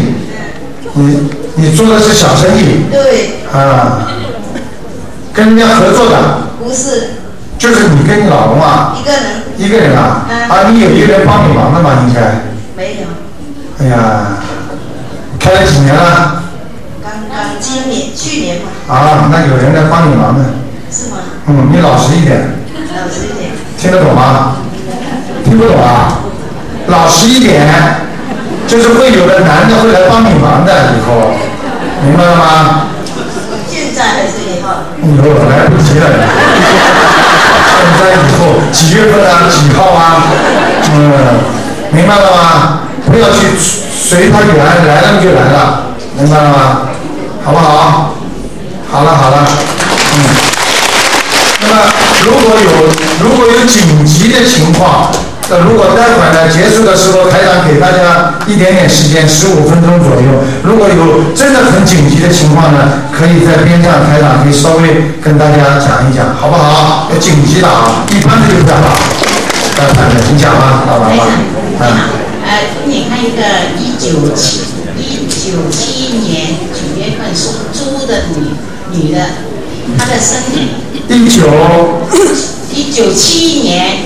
Speaker 1: 你你做的是小生意
Speaker 2: 对，
Speaker 1: 啊，跟人家合作的，
Speaker 2: 不是
Speaker 1: 就是你跟你老公啊，
Speaker 2: 一个人
Speaker 1: 一个人啊，啊，你有一个人帮你忙的嘛，应该，
Speaker 2: 没有，
Speaker 1: 哎呀，开了几年了
Speaker 2: 刚刚今年去年嘛，
Speaker 1: 啊？那有人来帮你忙的。”
Speaker 2: 是吗？
Speaker 1: 嗯，你老实一点，
Speaker 2: 老实一点，
Speaker 1: 听得懂吗？听不懂啊？老实一点，就是会有的男的会来帮你忙的，以后明白了吗？
Speaker 2: 现在还是以后？
Speaker 1: 以后嗯来不及了，现在以后几月份啊？几号啊？嗯，明白了吗？不要去随他缘，来了就来了，明白了吗？好不好？好了好了，嗯。那么如果有如果有紧急的情况，那如果贷款呢结束的时候，台长给大家一点点时间，十五分钟左右。如果有真的很紧急的情况呢，可以在边上台长可以稍微跟大家讲一讲，好不好？要紧急的啊，一般的就这样啊。大反的，你讲吧，老板吧，啊，
Speaker 3: À, 呃，你看一个一九七一九七一年九月份属猪的女女的，她的身体
Speaker 1: 一九
Speaker 3: 一九七一年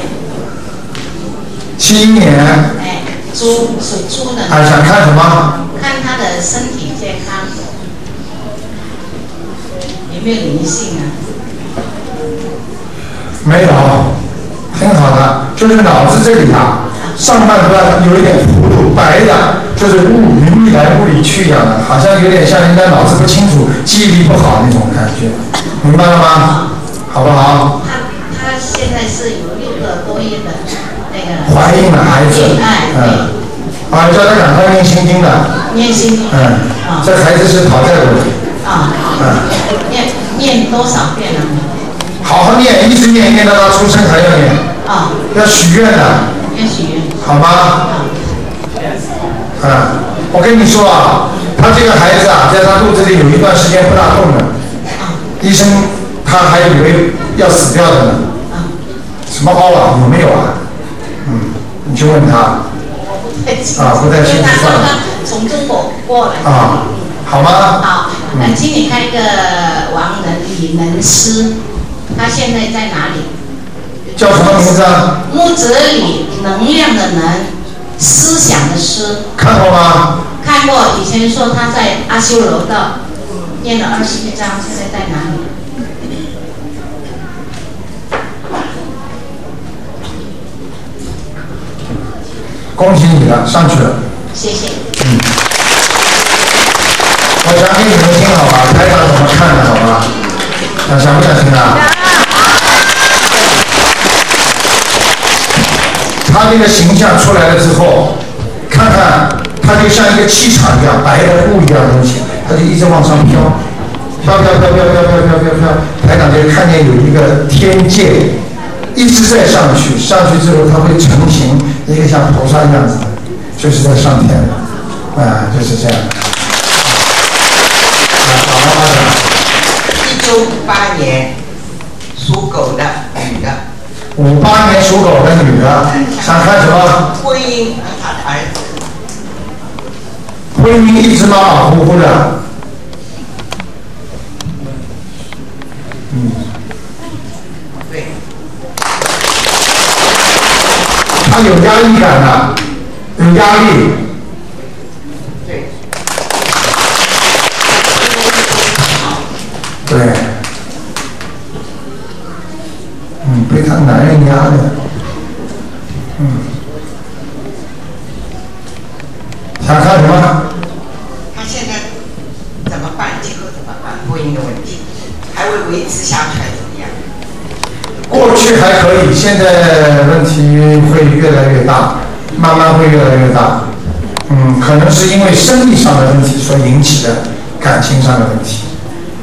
Speaker 1: 七一年啊，
Speaker 3: à, 猪属猪的，
Speaker 1: 想看什么？
Speaker 3: 看她的身体健康有没有灵性啊？
Speaker 1: 没有，挺好的，就是脑子这里啊，上半段有一点糊涂，白的，就是雾云里来雾里去一样的，啊好像有点像人家脑子不清楚、记忆力不好那种感觉，明白了吗？好不好？
Speaker 3: 她现在是有六个多月的那个
Speaker 1: 怀孕了孩子，
Speaker 3: à,
Speaker 1: 嗯，啊，叫他赶快念心经的，
Speaker 3: 念心
Speaker 1: 嗯，这孩子是讨债的，
Speaker 3: 啊，ờ.
Speaker 1: 嗯，
Speaker 3: 念念多少遍了？
Speaker 1: 好好念，一直念，念到他出生还要念，
Speaker 3: 啊，
Speaker 1: 要许愿啊的。
Speaker 3: 念许愿。
Speaker 1: 好吗？嗯，我跟你说啊，他这个孩子啊，在他肚子里有一段时间不大动的，医生他还以为要死掉的呢。什么包啊？有没有啊？嗯，你去问他啊不太清楚
Speaker 3: 因为他
Speaker 1: 算
Speaker 3: 刚
Speaker 1: 了
Speaker 3: 刚从中国过来。
Speaker 1: 啊，嗯好吗？
Speaker 3: 好，呃，请你看一个王仁李能师，他现在在哪里？
Speaker 1: 叫什么名字啊？
Speaker 3: 木子李，能量的能，思想的思。
Speaker 1: 看过吗？
Speaker 3: 看过，以前说他在阿修罗道，念了二十一章，现在在哪里？
Speaker 1: 恭喜你了，上去了。
Speaker 3: 谢谢。
Speaker 1: 我讲给你们听好吧，台长怎么看的好吧？想想不想听啊？他这个形象出来了之后，看看他就像一个气场一样，白的雾一样的东西，他就一直往上飘，飘飘飘飘飘飘飘飘飘。台长就看见有一个天界，一直在上去，上去之后他会成型一个像菩萨样子的，就是在上天了，啊，就是这样。
Speaker 3: 一九五八年属狗的女的，
Speaker 1: 五八年属狗的女的想看什么？
Speaker 3: 婚姻和她的儿子，
Speaker 1: 婚姻一直马马虎虎的，嗯，
Speaker 3: 对，
Speaker 1: 她有压抑感的，有压力。对。嗯，被她男人压的，嗯。想看什么？
Speaker 3: 她现在怎么办？今后怎么办？婚姻的问题还会维持下去还是怎么样？
Speaker 1: 过去还可以，现在问题会越来越大，慢慢会越来越大。嗯，可能是因为生意上的问题所引起的感情上的问题，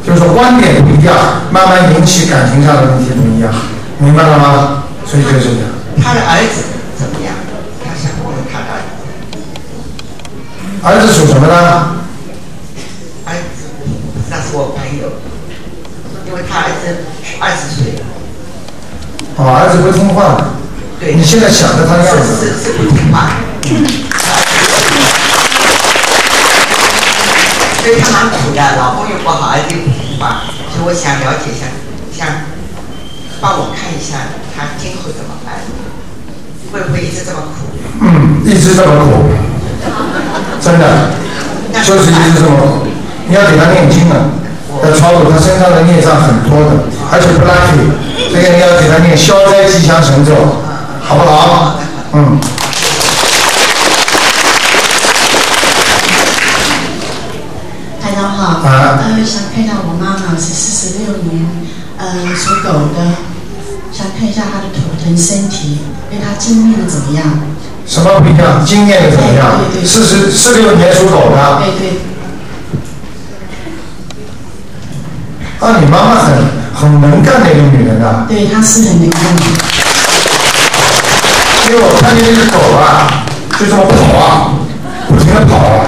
Speaker 1: 就是说观点不一样，慢慢引起感情上的问题不一样，明白了吗？所以就是这样。
Speaker 3: 她的儿子怎么样？她想问问她的儿子，
Speaker 1: 儿子属什么呢？
Speaker 3: 儿子哎那是我朋友，因为她儿子二十岁，
Speaker 1: 哦，儿子不听话。
Speaker 3: 对。
Speaker 1: 你现在想
Speaker 2: 呃
Speaker 1: 着他的样子。
Speaker 3: 是是不听话。所以她蛮苦的，老公又不好，儿子又不听话，所以我想了解一下，想帮我看一下她今后怎么办，会不会一直这么苦？
Speaker 1: 嗯， 一直这么苦，真的，就是一直这么苦。你要给他念经啊，要超度他身上的孽障很多的，而且不拉皮，这个你要给他念消灾吉祥神咒，好不好？嗯。
Speaker 2: 台长好，
Speaker 1: 啊
Speaker 2: 呃，想看一下我妈妈是四十六年，呃，属狗的，想看一下她的图腾身体，对她经历的怎么样？
Speaker 1: 什么不一样？经验的怎么样？四十四六年属狗的。
Speaker 2: 对对，
Speaker 1: 啊，你妈妈很很能干的一个女人啊。
Speaker 2: 对，她是很能干的。
Speaker 1: 因为我看见那个狗啊，就这么跑啊，不停的跑啊，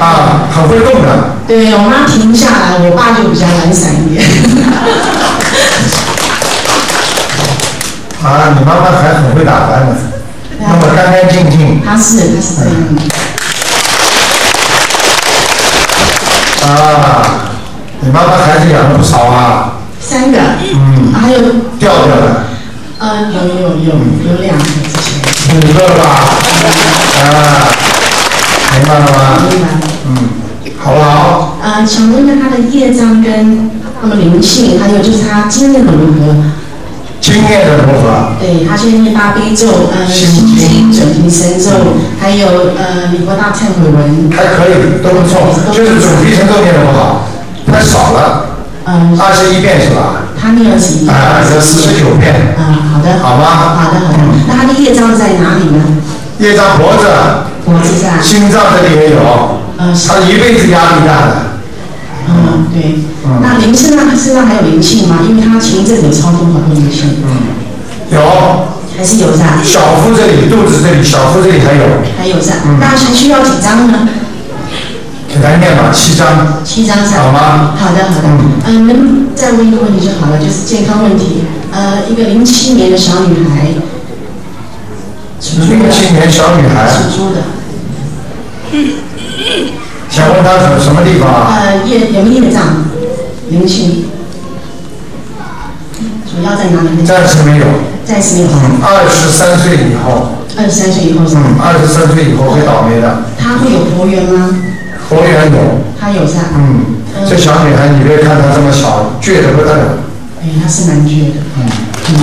Speaker 1: 啊，很会动的。
Speaker 2: 对我妈停不下来，我爸就比较懒散一点。
Speaker 1: 啊，你妈妈还很会打扮呢，那么干干净净。
Speaker 2: 她是她是这样的，
Speaker 1: 啊，你妈妈孩子养了不少啊，
Speaker 2: 三个，
Speaker 1: 嗯，
Speaker 2: 还有
Speaker 1: 掉掉的，
Speaker 2: 呃有有有有两个这些，
Speaker 1: 五个了吧？啊，明白了吗？
Speaker 2: 明白了。
Speaker 1: 嗯，好不好？
Speaker 2: 呃，想问一下她的业障跟那么灵性，还有就是她经验的如何？
Speaker 1: 经验的如何？
Speaker 2: 对，他现在念大悲咒，呃，心经、准提神咒，
Speaker 1: 嗯
Speaker 2: 还有呃礼佛大忏悔文，
Speaker 1: 还可以，都不错，就是准提神咒念的不好，太少了，
Speaker 2: 嗯，
Speaker 1: 二十一遍是吧？
Speaker 2: 他念了几遍？
Speaker 1: 啊，要四十九遍，
Speaker 2: 啊，好的，
Speaker 1: 好吗？
Speaker 2: 好的，好的。那他的业障在哪里呢？
Speaker 1: 业障脖子，
Speaker 2: 脖子上，
Speaker 1: 心脏这里也有，他一辈子压力大的。
Speaker 2: 嗯，对。那灵性呢？身上还有灵性吗？因为他前一阵子有超度好多灵性。嗯。
Speaker 1: 有，
Speaker 2: 还是有是吧？
Speaker 1: 小腹这里、肚子这里、小腹这里还有，
Speaker 2: 还有是吧？
Speaker 1: 嗯
Speaker 2: 那还需要几张呢？
Speaker 1: 给他念吧，七张，
Speaker 2: 七张是吧
Speaker 1: 好吗？
Speaker 2: 好的，好的。嗯，能不能再问一个问题就好了，就是健康问题。呃，一个零七年的小女孩，
Speaker 1: 零七年小女孩，
Speaker 2: 属猪的，
Speaker 1: 想问她什什么地方啊？
Speaker 2: 呃，业有没有业障？灵性，主要在哪里？
Speaker 1: 暂时没有，
Speaker 2: 暂时没有。
Speaker 1: 二十三岁以后，
Speaker 2: 二十三岁以后是吧？
Speaker 1: 嗯，二十三岁以后会倒霉的，
Speaker 2: 她会有佛缘吗？
Speaker 1: 佛缘有，
Speaker 2: 她有是吧？
Speaker 1: 嗯，
Speaker 2: 嗯
Speaker 1: 这小女孩，你别看她这么小，倔得不得了，
Speaker 2: 哎，她是蛮倔的。嗯。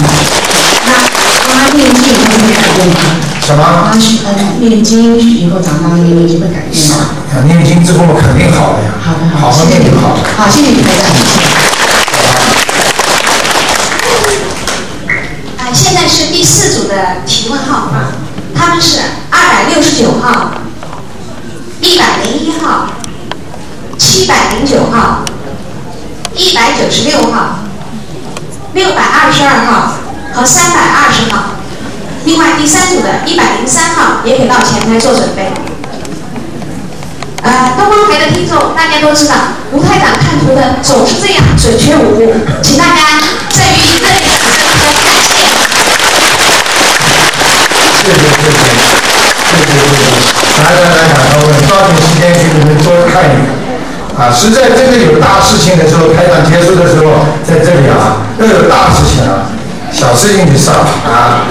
Speaker 2: 那她念经以后会改变吗？
Speaker 1: 什么？
Speaker 2: 她去呃念经以后长大了念经会改变吗？
Speaker 1: 啊念经之后肯定好的呀，
Speaker 2: 好的，
Speaker 1: 好好
Speaker 2: 谢谢
Speaker 1: 念
Speaker 2: 你
Speaker 1: 就好了。
Speaker 2: 好，谢谢你台长。
Speaker 6: 啊，现在是第四组的提问号啊，他们是二百六十九号、一百零一号、七百零九号、一百九十六号、六百二十二号、和三百二十号。另外第三组的一百零三号也给到前台做准备。呃，东方台的听众大家都知道，吴台长看图的总是这样准确无误，请大家在于一个人掌声感谢。
Speaker 1: 谢谢谢谢谢谢谢谢，来来来来，各位抓紧时间给你们多看一看。啊，实在真的有大事情的时候，台长结束的时候在这里啊，要有大事情啊，小事情就上啊，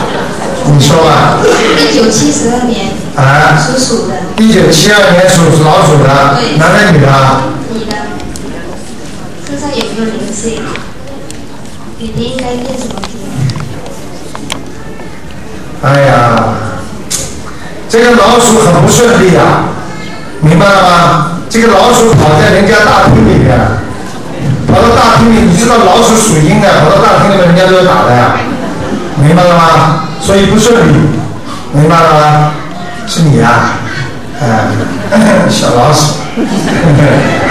Speaker 1: 你说吧。
Speaker 6: 一九七十二年
Speaker 1: 啊，
Speaker 6: 属鼠的，
Speaker 1: 一九七二年属老鼠的，
Speaker 6: 对
Speaker 1: 男的女的啊？
Speaker 6: 你的身上有没有灵性？你你应该念什么经？
Speaker 1: 哎呀，这个老鼠很不顺利啊，明白了吗？这个老鼠跑在人家大厅里边，跑到大厅里，你知道老鼠属阴的，跑到大厅里面人家都要打的呀，明白了吗？所以不顺利，明白了吗？是你啊，哎、 小老鼠，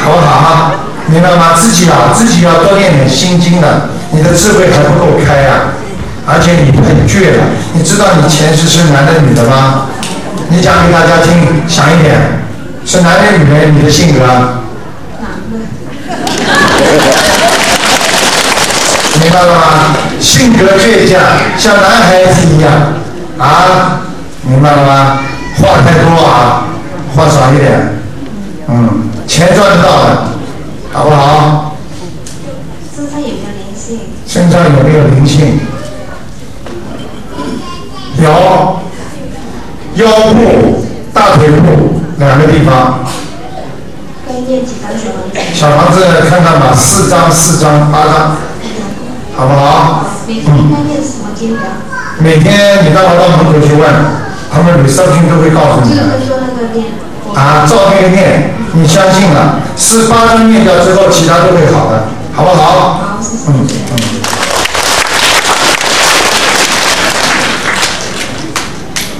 Speaker 1: 好不好啊？明白吗？自己啊，自己要多练点心经的，你的智慧还不够开呀、而且你很倔的，你知道你前世是男的女的吗？你讲给大家听，想一点，是男的女的，你的性格，啊明白了吗？性格倔强，像男孩子一样啊，明白了吗？话太多啊，话少一点，嗯，钱赚得到的，好不好？
Speaker 6: 身上有没有灵性？
Speaker 1: 身上有没有灵性？有，腰部、大腿部两个地方。
Speaker 6: 该念几张小王子？
Speaker 1: 小房子看看吧，四张、四张、八张，好不好？
Speaker 6: 每天应该念什么经的？啊
Speaker 1: 每天你到我到门口去问，他们 reception 都会告诉
Speaker 6: 这
Speaker 1: 你
Speaker 6: 个
Speaker 1: 的。
Speaker 6: 跟做那个念。
Speaker 1: 啊，照那个念，你相信了，四八张念掉之后，其他都会好的，好不好？嗯嗯。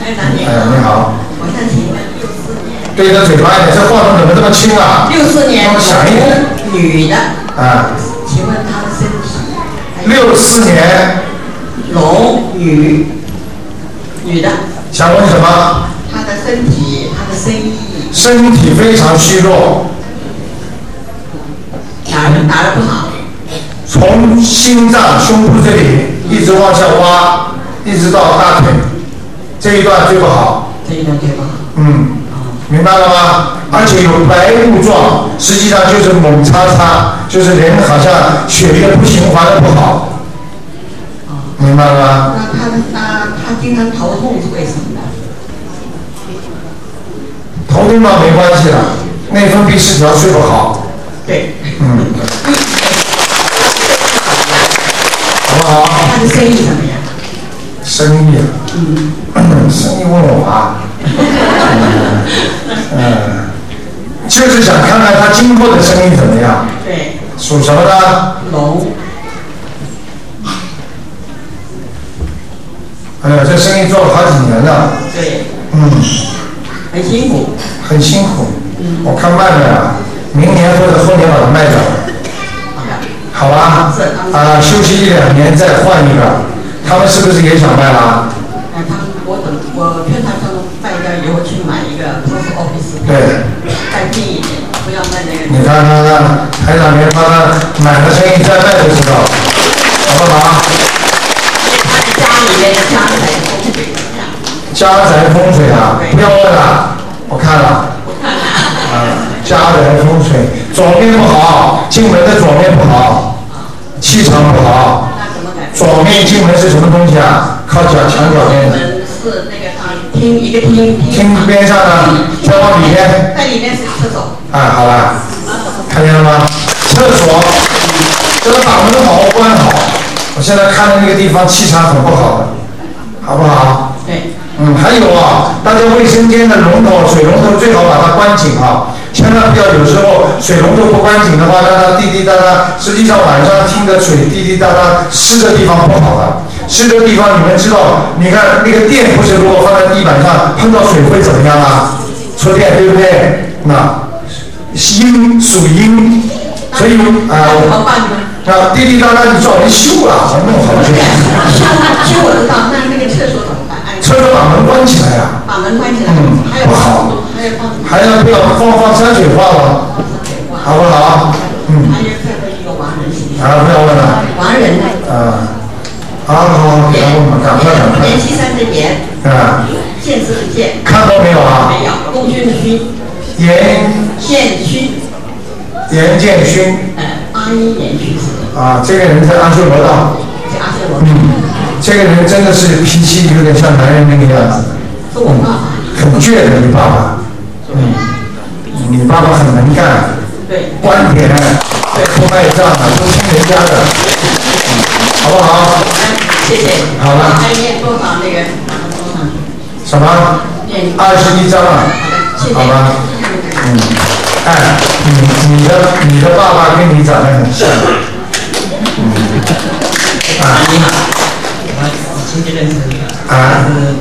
Speaker 11: 哎，男女
Speaker 1: 哎，你好，
Speaker 11: 我想请问六四
Speaker 1: 对着嘴巴一点，这话筒怎么这么轻啊？
Speaker 11: 六四年
Speaker 1: 帮我想一点。
Speaker 11: 女的，
Speaker 1: 啊，
Speaker 11: 请问她的身体
Speaker 1: 六四年
Speaker 11: 龙女，女的，
Speaker 1: 想问什么？
Speaker 11: 她的身体，她的生意，
Speaker 1: 身体非常虚弱，
Speaker 11: 哪儿哪儿不好？
Speaker 1: 从心脏、胸部这里一直往下挖，一直到大腿这一段最不好。
Speaker 11: 这一段对吧？
Speaker 1: 嗯，明白了吗？而且有白雾状，实际上就是猛擦擦，就是人好像血液不循环的不好。明白了吗？
Speaker 11: 那她的她她经常头痛是为什么呢？
Speaker 1: 头痛嘛没关系的，内分泌失调睡不好。
Speaker 11: 对。
Speaker 1: 嗯。好不好？
Speaker 11: 她的生意怎么样？
Speaker 1: 生意啊，生意问我啊，嗯，就是想看看他今后的生意怎么样，
Speaker 11: 对，
Speaker 1: 属什么的？
Speaker 11: 龙。
Speaker 1: 哎呀，这生意做了好几年了，
Speaker 11: 对，
Speaker 1: 嗯，
Speaker 11: 很辛苦，
Speaker 1: 很辛苦，我看卖了呀，明年或者后年把它卖掉，好吧？啊，休息一两年再换一个，他们是不是也想卖啦？
Speaker 11: 那她我等我劝她说卖掉以后去买一个 post office，
Speaker 1: 对。
Speaker 11: 再近一点，不要卖那个。
Speaker 1: 你看看看，台长连他的买了生意再卖都知道，好不好？
Speaker 11: 家里面的家财，
Speaker 1: 家宅风水啊，不要问了，我看了。啊，家宅风水，左面不好，进门的左面不好，气场不好。左面进门是什么东西啊？靠角墙角边的。
Speaker 11: 呃是那个啊，厅一个厅，
Speaker 1: 厅边上呢，再往里面。
Speaker 11: 在里面是厕所，
Speaker 1: 啊，好了，看见了吗？厕所，这个把门好好关好。我现在看的那个地方气场很不好的，好不好？
Speaker 11: 对。
Speaker 1: 嗯，还有啊，大家卫生间的龙头、水龙头最好把它关紧啊，千万不要有时候水龙头不关紧的话，让它滴滴答答。实际上晚上听的水滴滴答答，湿的地方不好的，湿的地方你们知道，你看那个电不是如果放在地板上碰到水会怎么样啊？触电对不对？那阴属阴，所以啊、
Speaker 11: 那怎么办呢？
Speaker 1: 啊，滴滴答答，你叫人修啊，还弄好
Speaker 12: 修我
Speaker 1: 了。
Speaker 12: 知道，那那个厕所怎么办？哎，
Speaker 1: 厕所把门关起来啊，
Speaker 12: 把门关起来，还有
Speaker 1: 不好，
Speaker 12: 还有放
Speaker 1: 还要不要放放山水画了，好不好？嗯，
Speaker 12: 还有再问一个王人行吗？
Speaker 1: 啊，不要问了。
Speaker 12: 王人呢？
Speaker 1: 啊，好好，给他问吧，赶快赶快。
Speaker 12: 年七三的年，
Speaker 1: 啊，
Speaker 12: 见字的见，
Speaker 1: 看过没有啊？
Speaker 12: 没有，功勋的勋，
Speaker 1: 严
Speaker 12: 建勋，呃
Speaker 1: 严建勋
Speaker 12: 八一年去世的，
Speaker 1: 啊，这个人在阿修罗道，
Speaker 12: 是阿修罗，
Speaker 1: 嗯这个人真的是脾气有点像男人那个样子，嗯
Speaker 12: 是我爸爸。
Speaker 1: 很倔的。你爸爸，嗯，你爸爸很能干，
Speaker 12: 对，
Speaker 1: 观点，不卖账的，啊都听人家的，嗯好不好？
Speaker 12: 谢谢。
Speaker 1: 好了
Speaker 12: 还念多少那个？哎多少？
Speaker 1: 什么？
Speaker 12: 念
Speaker 1: 二十一章啊，
Speaker 12: 谢谢
Speaker 1: 好吧？嗯，哎，你你的你的爸爸跟你长得很像，嗯，啊，
Speaker 2: 你好，我我今天认识你了，
Speaker 1: 啊
Speaker 2: 但是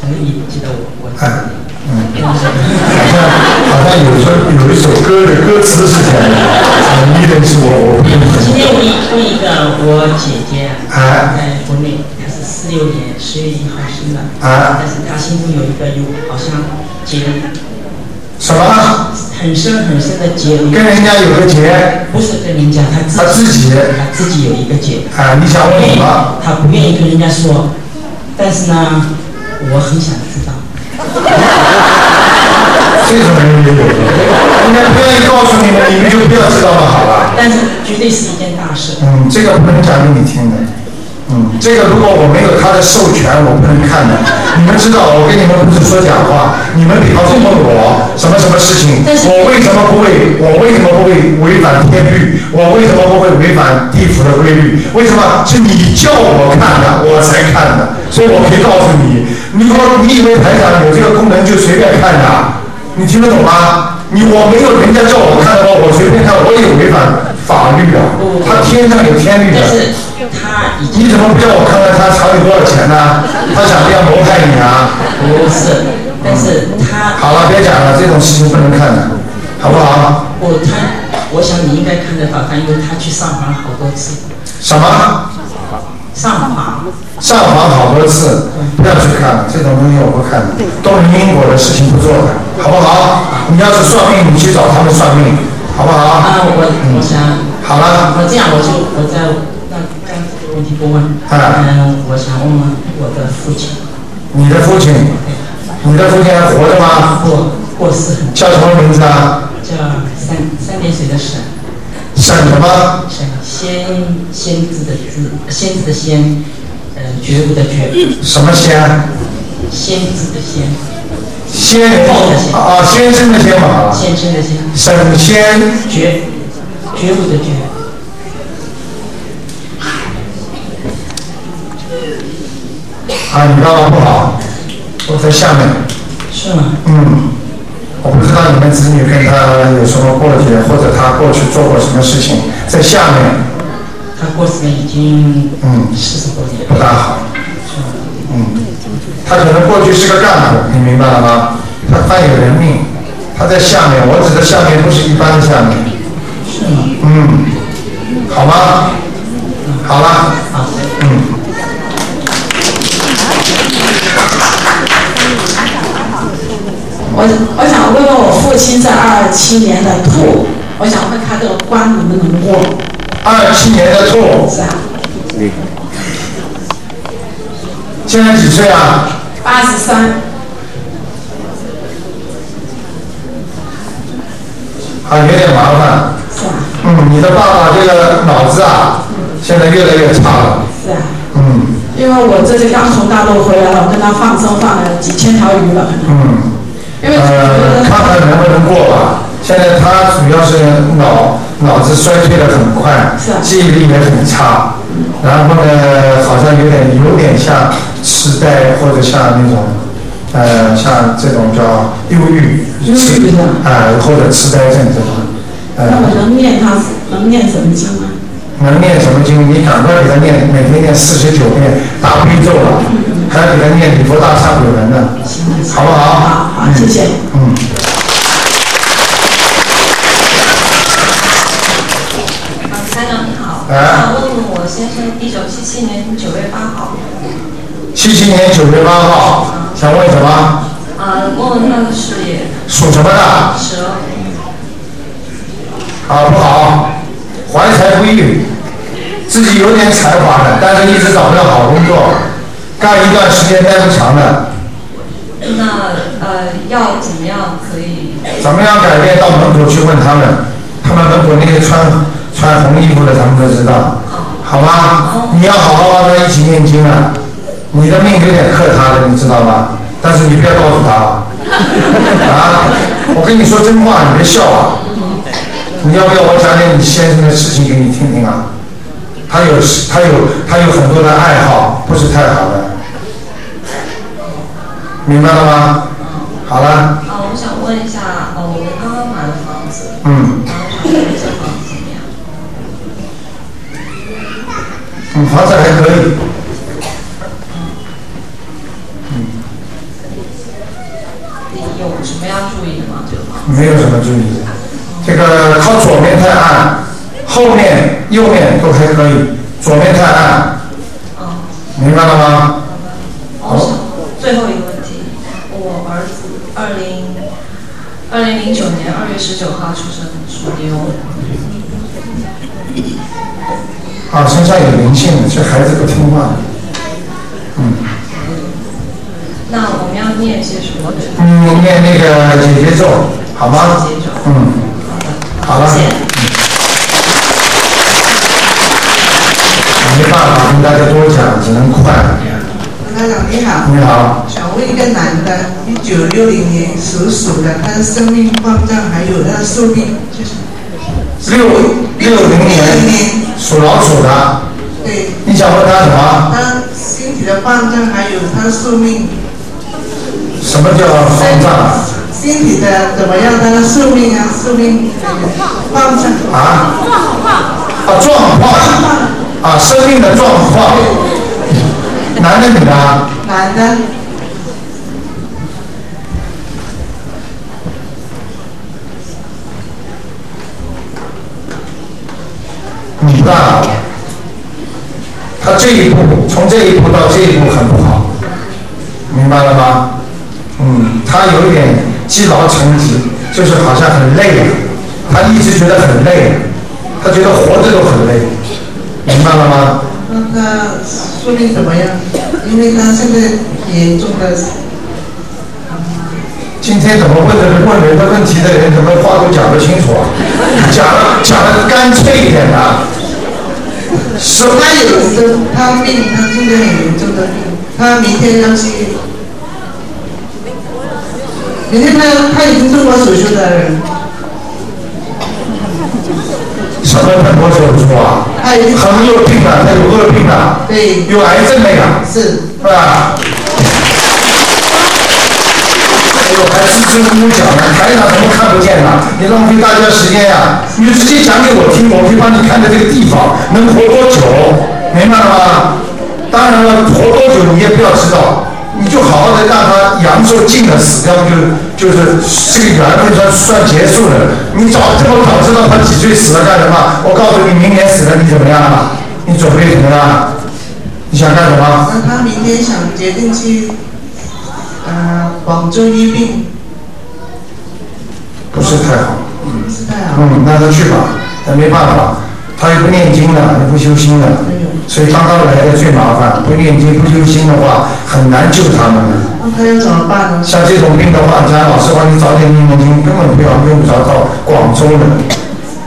Speaker 2: 可能呃你记得我，我
Speaker 1: 哎，嗯，好像有时候有一首歌的歌词是这样的，你认识我，我不认识
Speaker 2: 今
Speaker 1: 你
Speaker 2: 天问一问一个我姐姐啊，
Speaker 1: 啊
Speaker 2: 在国内，她是四六年十月一号生的，
Speaker 1: 啊
Speaker 2: 但是她心中有一个有好像结
Speaker 1: 什么
Speaker 2: 很深很深的结，
Speaker 1: 跟人家有个结，
Speaker 2: 不是跟人家，她自
Speaker 1: 他自己，
Speaker 2: 她自己有一个结，
Speaker 1: 啊，你想问什么？
Speaker 2: 她不愿意跟人家说，但是呢，我很想知道，
Speaker 1: 这种人也有，人家不愿意告诉你们，你们就不要知道了，好吧？
Speaker 2: 但是绝对是一件大事。
Speaker 1: 嗯，这个不能讲给你听的。嗯，这个如果我没有他的授权，我不能看的。你们知道，我跟你们不是说假话。你们比方说问我什么什么事情，我为什么不会？我为什么不会违反天律？我为什么不会违反地府的规律？为什么是你叫我看的，我才看的？所以我可以告诉你，你说你以为台长有这个功能就随便看的啊？你听得懂吗？你我没有人家叫我看的话，我随便看，我也违反法律啊。他天上有天律的。你怎么不让我看看他藏有多少钱呢、他想这样谋害你啊？
Speaker 2: 不是，但是他
Speaker 1: 好了，别讲了，这种事情不能看的，好不好？
Speaker 2: 我他，我想你应该看得到他，因为他去上访了好多次，
Speaker 1: 什么
Speaker 2: 上访，
Speaker 1: 上访好多次，不要去看了，这种东西我不看的，都是因果的事情不做的，好不好？你要是算命，你去找他们算命，好不好？
Speaker 2: 啊，我我想，
Speaker 1: 好了，
Speaker 2: 我这样我就我再那刚才这个问题不问，嗯，我想问问我的父亲，
Speaker 1: 你的父亲，你的父亲还活着吗？
Speaker 2: 过过世很，
Speaker 1: 叫什么名字啊？
Speaker 2: 叫三三点水的沈，
Speaker 1: 沈什么？
Speaker 2: 沈先先知的知，先知的先，呃，觉悟的觉，
Speaker 1: 什么仙？
Speaker 2: 先知的先，
Speaker 1: 仙人啊，先生的仙嘛，啊
Speaker 2: 先知的先，
Speaker 1: 沈仙
Speaker 2: 觉，觉悟的觉，
Speaker 1: 啊，你爸爸不好，我在下面。
Speaker 2: 是吗？
Speaker 1: 嗯，我不知道你们子女跟他有什么过节，或者他过去做过什么事情，在下面
Speaker 2: 他过世了已经
Speaker 1: 嗯
Speaker 2: 四十多年
Speaker 1: 不大好。嗯，他可能过去是个干部，你明白了吗？他犯有人命，他在下面，我指的下面不是一般的下面。
Speaker 2: 是吗？
Speaker 1: 嗯，好吗？好了，嗯。
Speaker 13: 我我想问问我父亲是二七年的兔，我想问他这个关能不能过？
Speaker 1: 二七年的兔
Speaker 13: 是啊，
Speaker 1: 现在几岁啊？
Speaker 13: 八十三，
Speaker 1: 啊，有点麻烦。
Speaker 13: 是啊，
Speaker 1: 嗯，你的爸爸这个脑子啊，现在越来越差了。
Speaker 13: 是啊，
Speaker 1: 嗯
Speaker 13: 因为我这次刚从大陆回来了，我跟他放生放了几千条鱼了，可能。
Speaker 1: 嗯。
Speaker 13: 因为
Speaker 1: 呃，看看能不能过吧。现在他主要是脑脑子衰退的很快，
Speaker 13: 啊
Speaker 1: 记忆力也很差，然后呢，好像有点有点像痴呆或者像那种，呃，像这种叫忧郁，
Speaker 13: 忧郁症
Speaker 1: 啊、或者痴呆症这种，呃，
Speaker 13: 那我能念他能念什么经吗？
Speaker 1: 能念什么经，你赶快给他念，每天念四十九遍大悲咒了，还要给他念礼佛大忏悔文呢，好不好？好，
Speaker 13: 谢谢。
Speaker 1: 嗯。
Speaker 7: 台长你
Speaker 10: 啊
Speaker 7: 好，呃
Speaker 1: 哎
Speaker 3: 想问我先生，一九七七年九月八号，
Speaker 1: 七七年九月八号，想问什么？
Speaker 7: 呃
Speaker 3: 啊，问他的事业，
Speaker 1: 属什么的？
Speaker 3: 蛇，
Speaker 1: 好啊不好？怀才不遇，自己有点才华的，但是一直找不到好工作，干一段时间待不长的，
Speaker 3: 那呃要怎么样可以？
Speaker 1: 怎么样改变？到门口去问他们，他们门口那些穿穿红衣服的，咱们都知道，好吧？你要好好帮他一起念经啊！你的命有点克他的，你知道吧？但是你不要告诉他啊！啊我跟你说真话，你别笑啊！你要不要我讲点你先生的事情给你听听啊？他有他有他有很多的爱好，不是太好的，明白了吗？好了，
Speaker 3: 啊，我想问一下，哦，我们刚刚买了房子，
Speaker 1: 嗯，
Speaker 3: 然后想问这房子怎么样？
Speaker 1: 嗯，房子还可以。
Speaker 3: 你有什么要注意的吗？这个房子？
Speaker 1: 没有什么注意的。这个靠左面太暗，后面、右面都还可以，左面太暗。明白了吗？
Speaker 3: 最后一个问题，我儿子二零二零零九年二月十九号出生，属牛。
Speaker 1: 啊，身上有灵性，这孩子不听话。
Speaker 3: 那我们要念些什么？
Speaker 1: 嗯，念那个姐姐咒，好吗？嗯，好了。嗯没办法跟大家多讲，只能快。
Speaker 2: 台长你好，
Speaker 1: 你好，
Speaker 2: 想问一个男的，一九六零年属鼠的，他的生命方丈还有他的寿命就是
Speaker 1: 六六零年属老鼠的，
Speaker 2: 对，
Speaker 1: 你想问他什么？
Speaker 2: 他身体的方丈还有他的寿命，
Speaker 1: 什么叫方丈？
Speaker 2: 身体的怎么样？他的寿命啊，寿命方丈
Speaker 1: 啊，啊，状况啊，生命的状况，男的女的啊？
Speaker 2: 男的
Speaker 1: 女的啊，他这一步从这一步到这一步很不好，明白了吗？嗯，他有一点积劳成疾，就是好像很累啊，他一直觉得很累啊，他觉得活着都很累，明白了吗？
Speaker 2: 那他说明怎么样？因为他现在严重的，
Speaker 1: 今天怎么问的问人的问题的人，怎么话都讲不清楚啊？讲讲的干脆一点的、
Speaker 2: 手他有生他病，他现在很严重的病，他明天要去，明天他他已经动过手术的人，
Speaker 1: 什么很多手术啊？
Speaker 2: 他已经
Speaker 1: 可能有病了，他有恶病了，
Speaker 2: 对，
Speaker 1: 有癌症了呀，
Speaker 2: 是
Speaker 1: 是吧？哎呦，还支支吾吾讲呢，台长怎么看不见呢？你浪费大家时间呀、你直接讲给我听，我可以帮你看的这个地方能活多久，明白了吗？当然了，活多久你也不要知道，你就好好的让他阳寿尽了，死掉就就是这个缘分算算结束了。你早这么早知道他几岁死了干什么？我告诉你，明年死了你怎么样了？你准备怎么样啊？你想干什么？
Speaker 2: 那他明天想决定去，呃，广州医病，
Speaker 1: 不是太好。
Speaker 2: 不知道啊，
Speaker 1: 嗯，那就去吧，那没办法，他又不念经的，又不修心的，所以刚刚来的最麻烦。不念经、不修心的话，很难救他们的。
Speaker 2: 那他要怎么办呢？
Speaker 1: 像这种病的话，咱老师帮你早点念念经，根本不要用不着到广州了，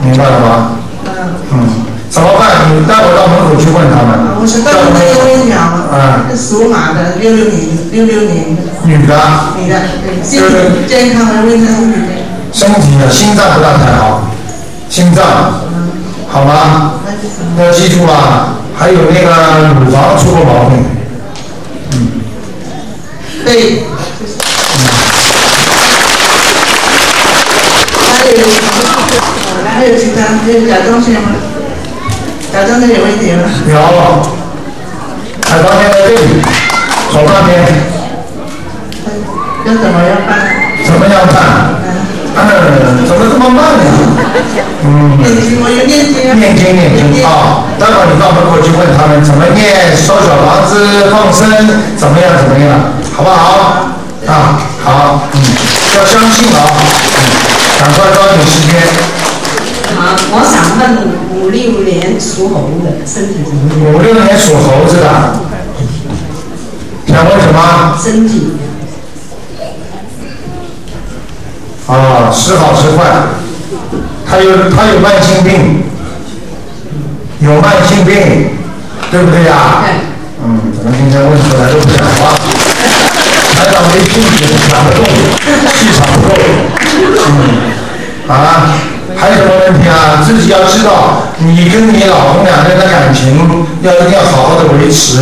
Speaker 1: 明白了吗？嗯，怎么办？你带我到门口去问他们。
Speaker 2: 啊我想到我那个问鸟，
Speaker 1: 嗯，
Speaker 2: 属马的，六六年，六六年的，
Speaker 1: 女的，
Speaker 2: 女的，对，身体健康的，问他身
Speaker 1: 身
Speaker 2: 体健康，
Speaker 1: 体啊，心脏不大太好，心脏，
Speaker 2: 嗯
Speaker 1: 好吗？
Speaker 2: 那是什么？
Speaker 1: 要记住啊，还有那个乳房出过毛病。
Speaker 2: 对。还有，还有其他，还有甲状腺吗？甲状腺有问题吗？
Speaker 1: 有，海旁边在这里，左半边，
Speaker 2: 要怎么样办？
Speaker 1: 怎么样办？嗯，怎么这么慢呢？嗯，念经，念经，念经啊！待会儿你到门口去问他们怎么念，烧小房子放生，怎么样，怎么样，好不好？啊，好，嗯，要相信啊，嗯，赶快抓紧时间。
Speaker 11: 啊，我想问五六年属猴的身体怎么样？
Speaker 1: 五六年属猴子的，想问什么？
Speaker 11: 身体
Speaker 1: 啊，时好时坏，他有他有慢性病，有慢性病，对不对呀、嗯，怎么今天问出来都不讲话？ 台长没听你讲不动，气场不够。嗯，啊，还有什么问题啊？自己要知道，你跟你老公两个人的感情要一定要好好的维持，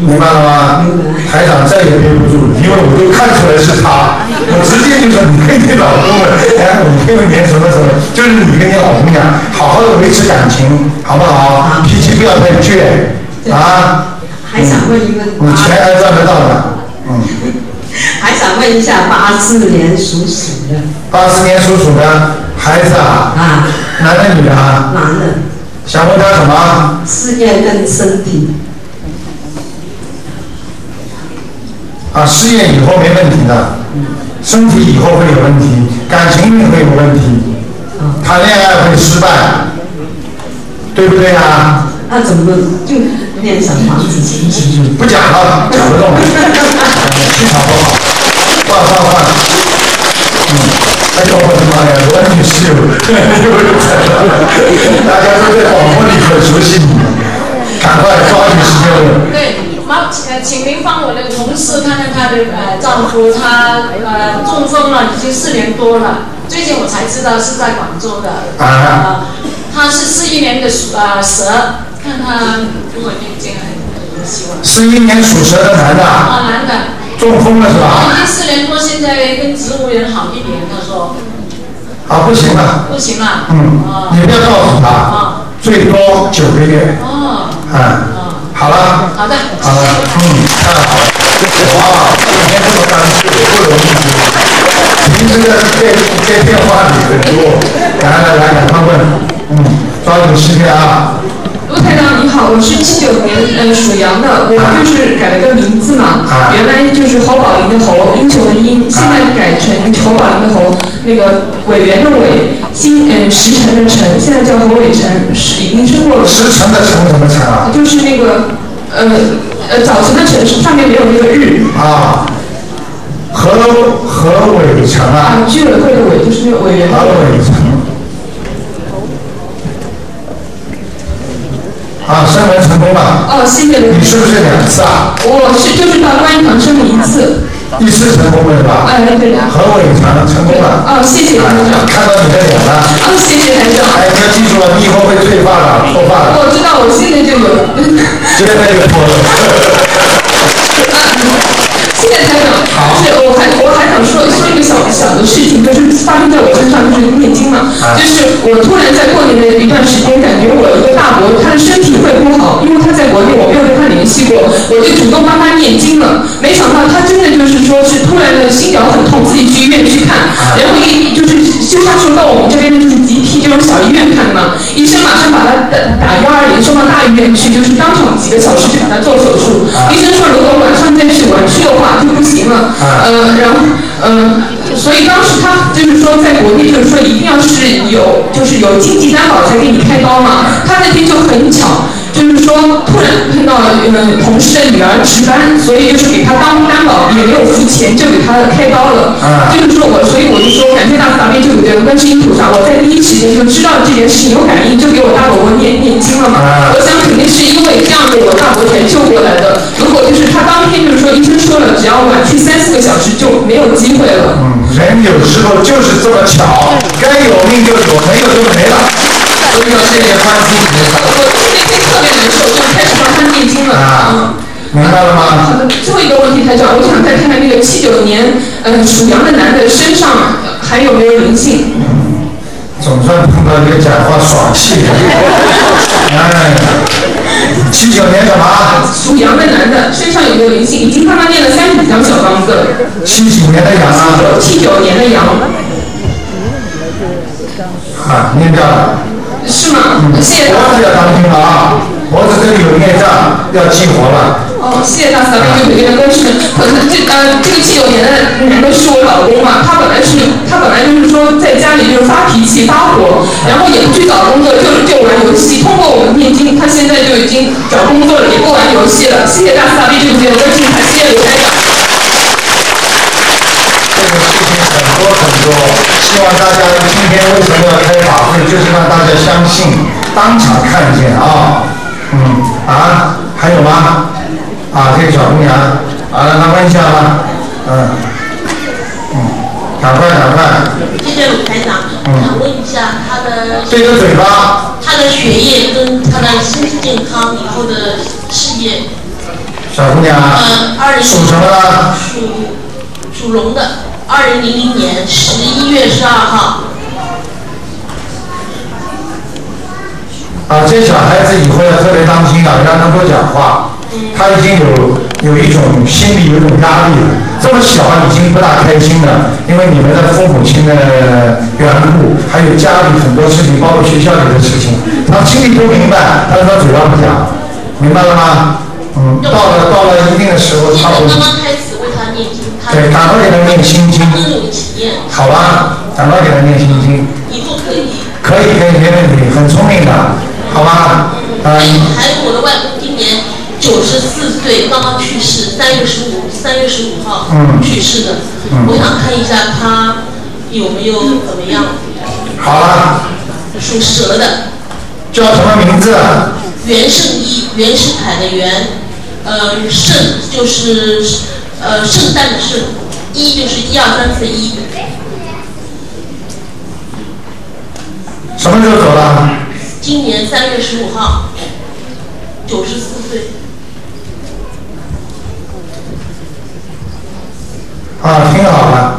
Speaker 1: 明白了吗？台长再也憋不住了，因为我都看出来是他，我直接就说你跟你老公了，哎，我六年什么什么，就是你跟你老公讲，好好的维持感情，好不好？脾气不要太倔啊。
Speaker 11: 还想问一问
Speaker 1: 我钱还赚得到的。
Speaker 11: 还想问一下，八四年属鼠的
Speaker 1: 八四年属鼠的孩子啊，男的女的啊？
Speaker 11: 男的，
Speaker 1: 想问他什么？
Speaker 11: 事业跟身体
Speaker 1: 啊，事业以后没问题的，身体以后会有问题，感情运会有问题，谈恋爱会失败，对不对啊？
Speaker 11: 那怎么就念小房子？
Speaker 1: 不讲了，讲不动了，气场不好，换换换。嗯，哎呦我的妈呀，我女婿又又又来了， 大家都在广播里很熟悉你，赶快抓紧时间问。
Speaker 10: 对，麻呃，请您帮我的同事看看她的呃丈夫，他呃中风了，已经四年多了。最近我才知道是在广州的，呃，
Speaker 1: 啊
Speaker 10: 他是四一年的属呃蛇，看他如果念经还希望。
Speaker 1: 十一年属蛇的男的
Speaker 10: 啊，男的，
Speaker 1: 中风了是
Speaker 10: 已
Speaker 1: 吧？
Speaker 10: 经四年多，现在跟植物人好一点，他说
Speaker 1: 啊，不行了，
Speaker 10: 不行了。
Speaker 1: 嗯，
Speaker 10: 哦
Speaker 1: 你不要告诉他，
Speaker 10: 哦
Speaker 1: 最多九个月，
Speaker 10: 哦，
Speaker 1: 啊，好了。
Speaker 10: 好的，
Speaker 1: 好了，嗯，太好了，哇，今天这么干净，不容易。您这个在在电话里很多，来来来，赶快问，嗯，抓紧时间啊。
Speaker 7: 卢台长你好，我是七九年呃属羊的，我就是改了个名字嘛，原来就是侯宝林的侯，英雄的英，现在改成侯宝林的侯，那个委员的委，星呃时辰的辰，现在叫侯伟辰，是已经升过了。
Speaker 1: 时辰的辰怎么辰啊？
Speaker 7: 就是那个呃呃早晨的辰是上面没有那个日
Speaker 1: 啊，何何伟成啊？
Speaker 7: 啊，居委会的委就是那个委员的
Speaker 1: 何伟成。啊，升文成功了。
Speaker 7: 哦，谢谢
Speaker 1: 你是不是两次啊？
Speaker 7: 我是就是到观音堂升了一次，
Speaker 1: 一次成功了是吧？
Speaker 7: 哎对的
Speaker 1: 何伟成成功了。
Speaker 7: 哦谢谢台
Speaker 1: 啊
Speaker 7: 长，
Speaker 1: 看到你的脸了。
Speaker 7: 哦谢谢台长，哦
Speaker 1: 哎，你要记住了，你以后会罪犯的，错犯的。
Speaker 7: 我知道我现在就有。
Speaker 1: 现在就错了。
Speaker 7: 谢谢台长，就是我还我还想说说一个小小的事情，就是发生在我身上，就是念经嘛，就是我突然在过年的一段时间，感觉我有一个大伯他的身体会不好，因为他在国内我没有跟他联系过，我就主动帮他念经了，没想到他真的就是说是突然的心绞很痛，自己去医院去看，然后一就是就像说到我们这边的就是集体这种小医院看嘛，医生马上把他打打幺二零送到大医院去，就是当场几个小时就把他做手术，医生说如果晚上再去晚去的话就不行了，呃，然后呃，所以当时他就是说在国内就是说一定要是有就是有经济担保才给你开刀嘛，他那天就很巧。就是说，突然碰到嗯同事的女儿值班，所以就是给他当担保，也没有付钱，就给他开刀了。就是说我，所以我就说感谢大慈大悲救苦救人观世音菩萨，我在第一时间就知道这件事情有感应，就给我大伯伯念念经了嘛。我想肯定是因为这样子我大伯才救过来的。如果就是他当天就是说医生说了，只要晚去三四个小时就没有机会了。
Speaker 1: 嗯人有时候就是这么巧，该有命就有，没有就没了。所以要谢谢观世音菩
Speaker 7: 哦
Speaker 1: 萨。
Speaker 7: 特别难受，就开始帮他念经了。
Speaker 1: 啊，明白了吗？
Speaker 7: 好的，最后一个问题，台长，我想再看看那个七九年呃属羊的男的身上呃还有没有灵性？
Speaker 1: 总算碰到一个讲话爽气的。哎，七九年什么？
Speaker 7: 属羊的男的身上有没有灵性？已经帮他念了三十几张小房子了。
Speaker 1: 啊七几年的羊啊？
Speaker 7: 七九年的羊。
Speaker 1: 啊，念掉了。
Speaker 7: 是吗？
Speaker 1: 嗯
Speaker 7: 谢谢大
Speaker 1: 脖子要当心了啊，脖子这里有孽障，要激活了。
Speaker 7: 哦，谢谢大慈大悲救苦救难观世音。可能这呃，这个七九年的男的是我老公嘛，他本来是他本来就是说在家里就是发脾气发火，然后也不去找工作，就是就玩游戏。通过我们念经，他现在就已经找工作了，也不玩游戏了。谢谢大慈大悲救苦救难观世音，还谢谢刘台长。
Speaker 1: 很多很多，希望大家今天为什么要开法会，就是让大家相信，当场看见啊、嗯啊，还有吗？啊，这个小姑娘，啊，让她问一下吧，嗯、嗯，赶快赶快，
Speaker 6: 谢谢鲁台长，我想问一下他的
Speaker 1: 对着嘴巴，
Speaker 6: 他的学业跟他的身体健康以后的事业，呃
Speaker 1: 小姑娘，啊
Speaker 6: 二
Speaker 1: 属什么呢？
Speaker 6: 属属龙的，二零零零年十一月十二号，
Speaker 1: 啊，这小孩子以后要特别当心啊，让他多讲话。他已经有有一种心里有一种压力了，这么小啊已经不大开心了，因为你们的父母亲的缘故，还有家里很多事情，包括学校里的事情，他心里都明白，但是他嘴巴不讲，明白了吗？嗯，到了到了一定的时候，
Speaker 6: 从
Speaker 1: 他会
Speaker 6: 刚刚开始为他念经，他
Speaker 1: 对，赶快给他念心经，
Speaker 6: 他都有体验，
Speaker 1: 好吧？赶快给他念心经，
Speaker 6: 以后可以。
Speaker 1: 可以可以，没问题，很聪明的，好吧？嗯。
Speaker 6: 还有我的外公今年九十四岁，刚刚去世，三月十五三月十五号
Speaker 1: 嗯
Speaker 6: 去世的。
Speaker 1: 嗯
Speaker 6: 我想看一下他有没有怎么样，
Speaker 1: 好了，
Speaker 6: 属蛇的，
Speaker 1: 叫什么名字？啊
Speaker 6: 袁圣一，袁世凯的袁，呃，圣就是呃圣诞的圣，一就是一二三四一，
Speaker 1: 什么时候走的？
Speaker 6: 今年三月十五号，九十四岁。
Speaker 1: 啊，挺好的，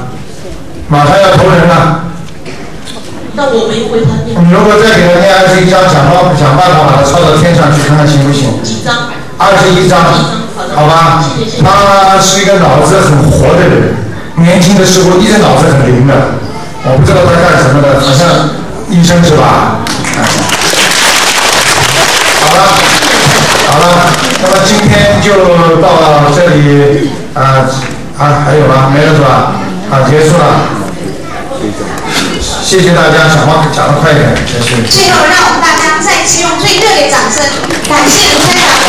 Speaker 1: 马上要投人了。
Speaker 6: 那我没回他念
Speaker 1: 你如果再给他念二十一章，想办想办法把他抄到天上去，看看行不行？
Speaker 6: 几张？
Speaker 1: 二十一章，好吧？他是一个脑子很活的人，年轻的时候一直脑子很灵的，我不知道他干什么的，好像医生是吧？好了，那么今天就到这里，啊啊，还有吗？没了是吧？啊，结束了。谢谢大家，讲话讲得快一点，谢谢。
Speaker 14: 最后，让我们大家再次用最热烈的掌声，感谢卢台长。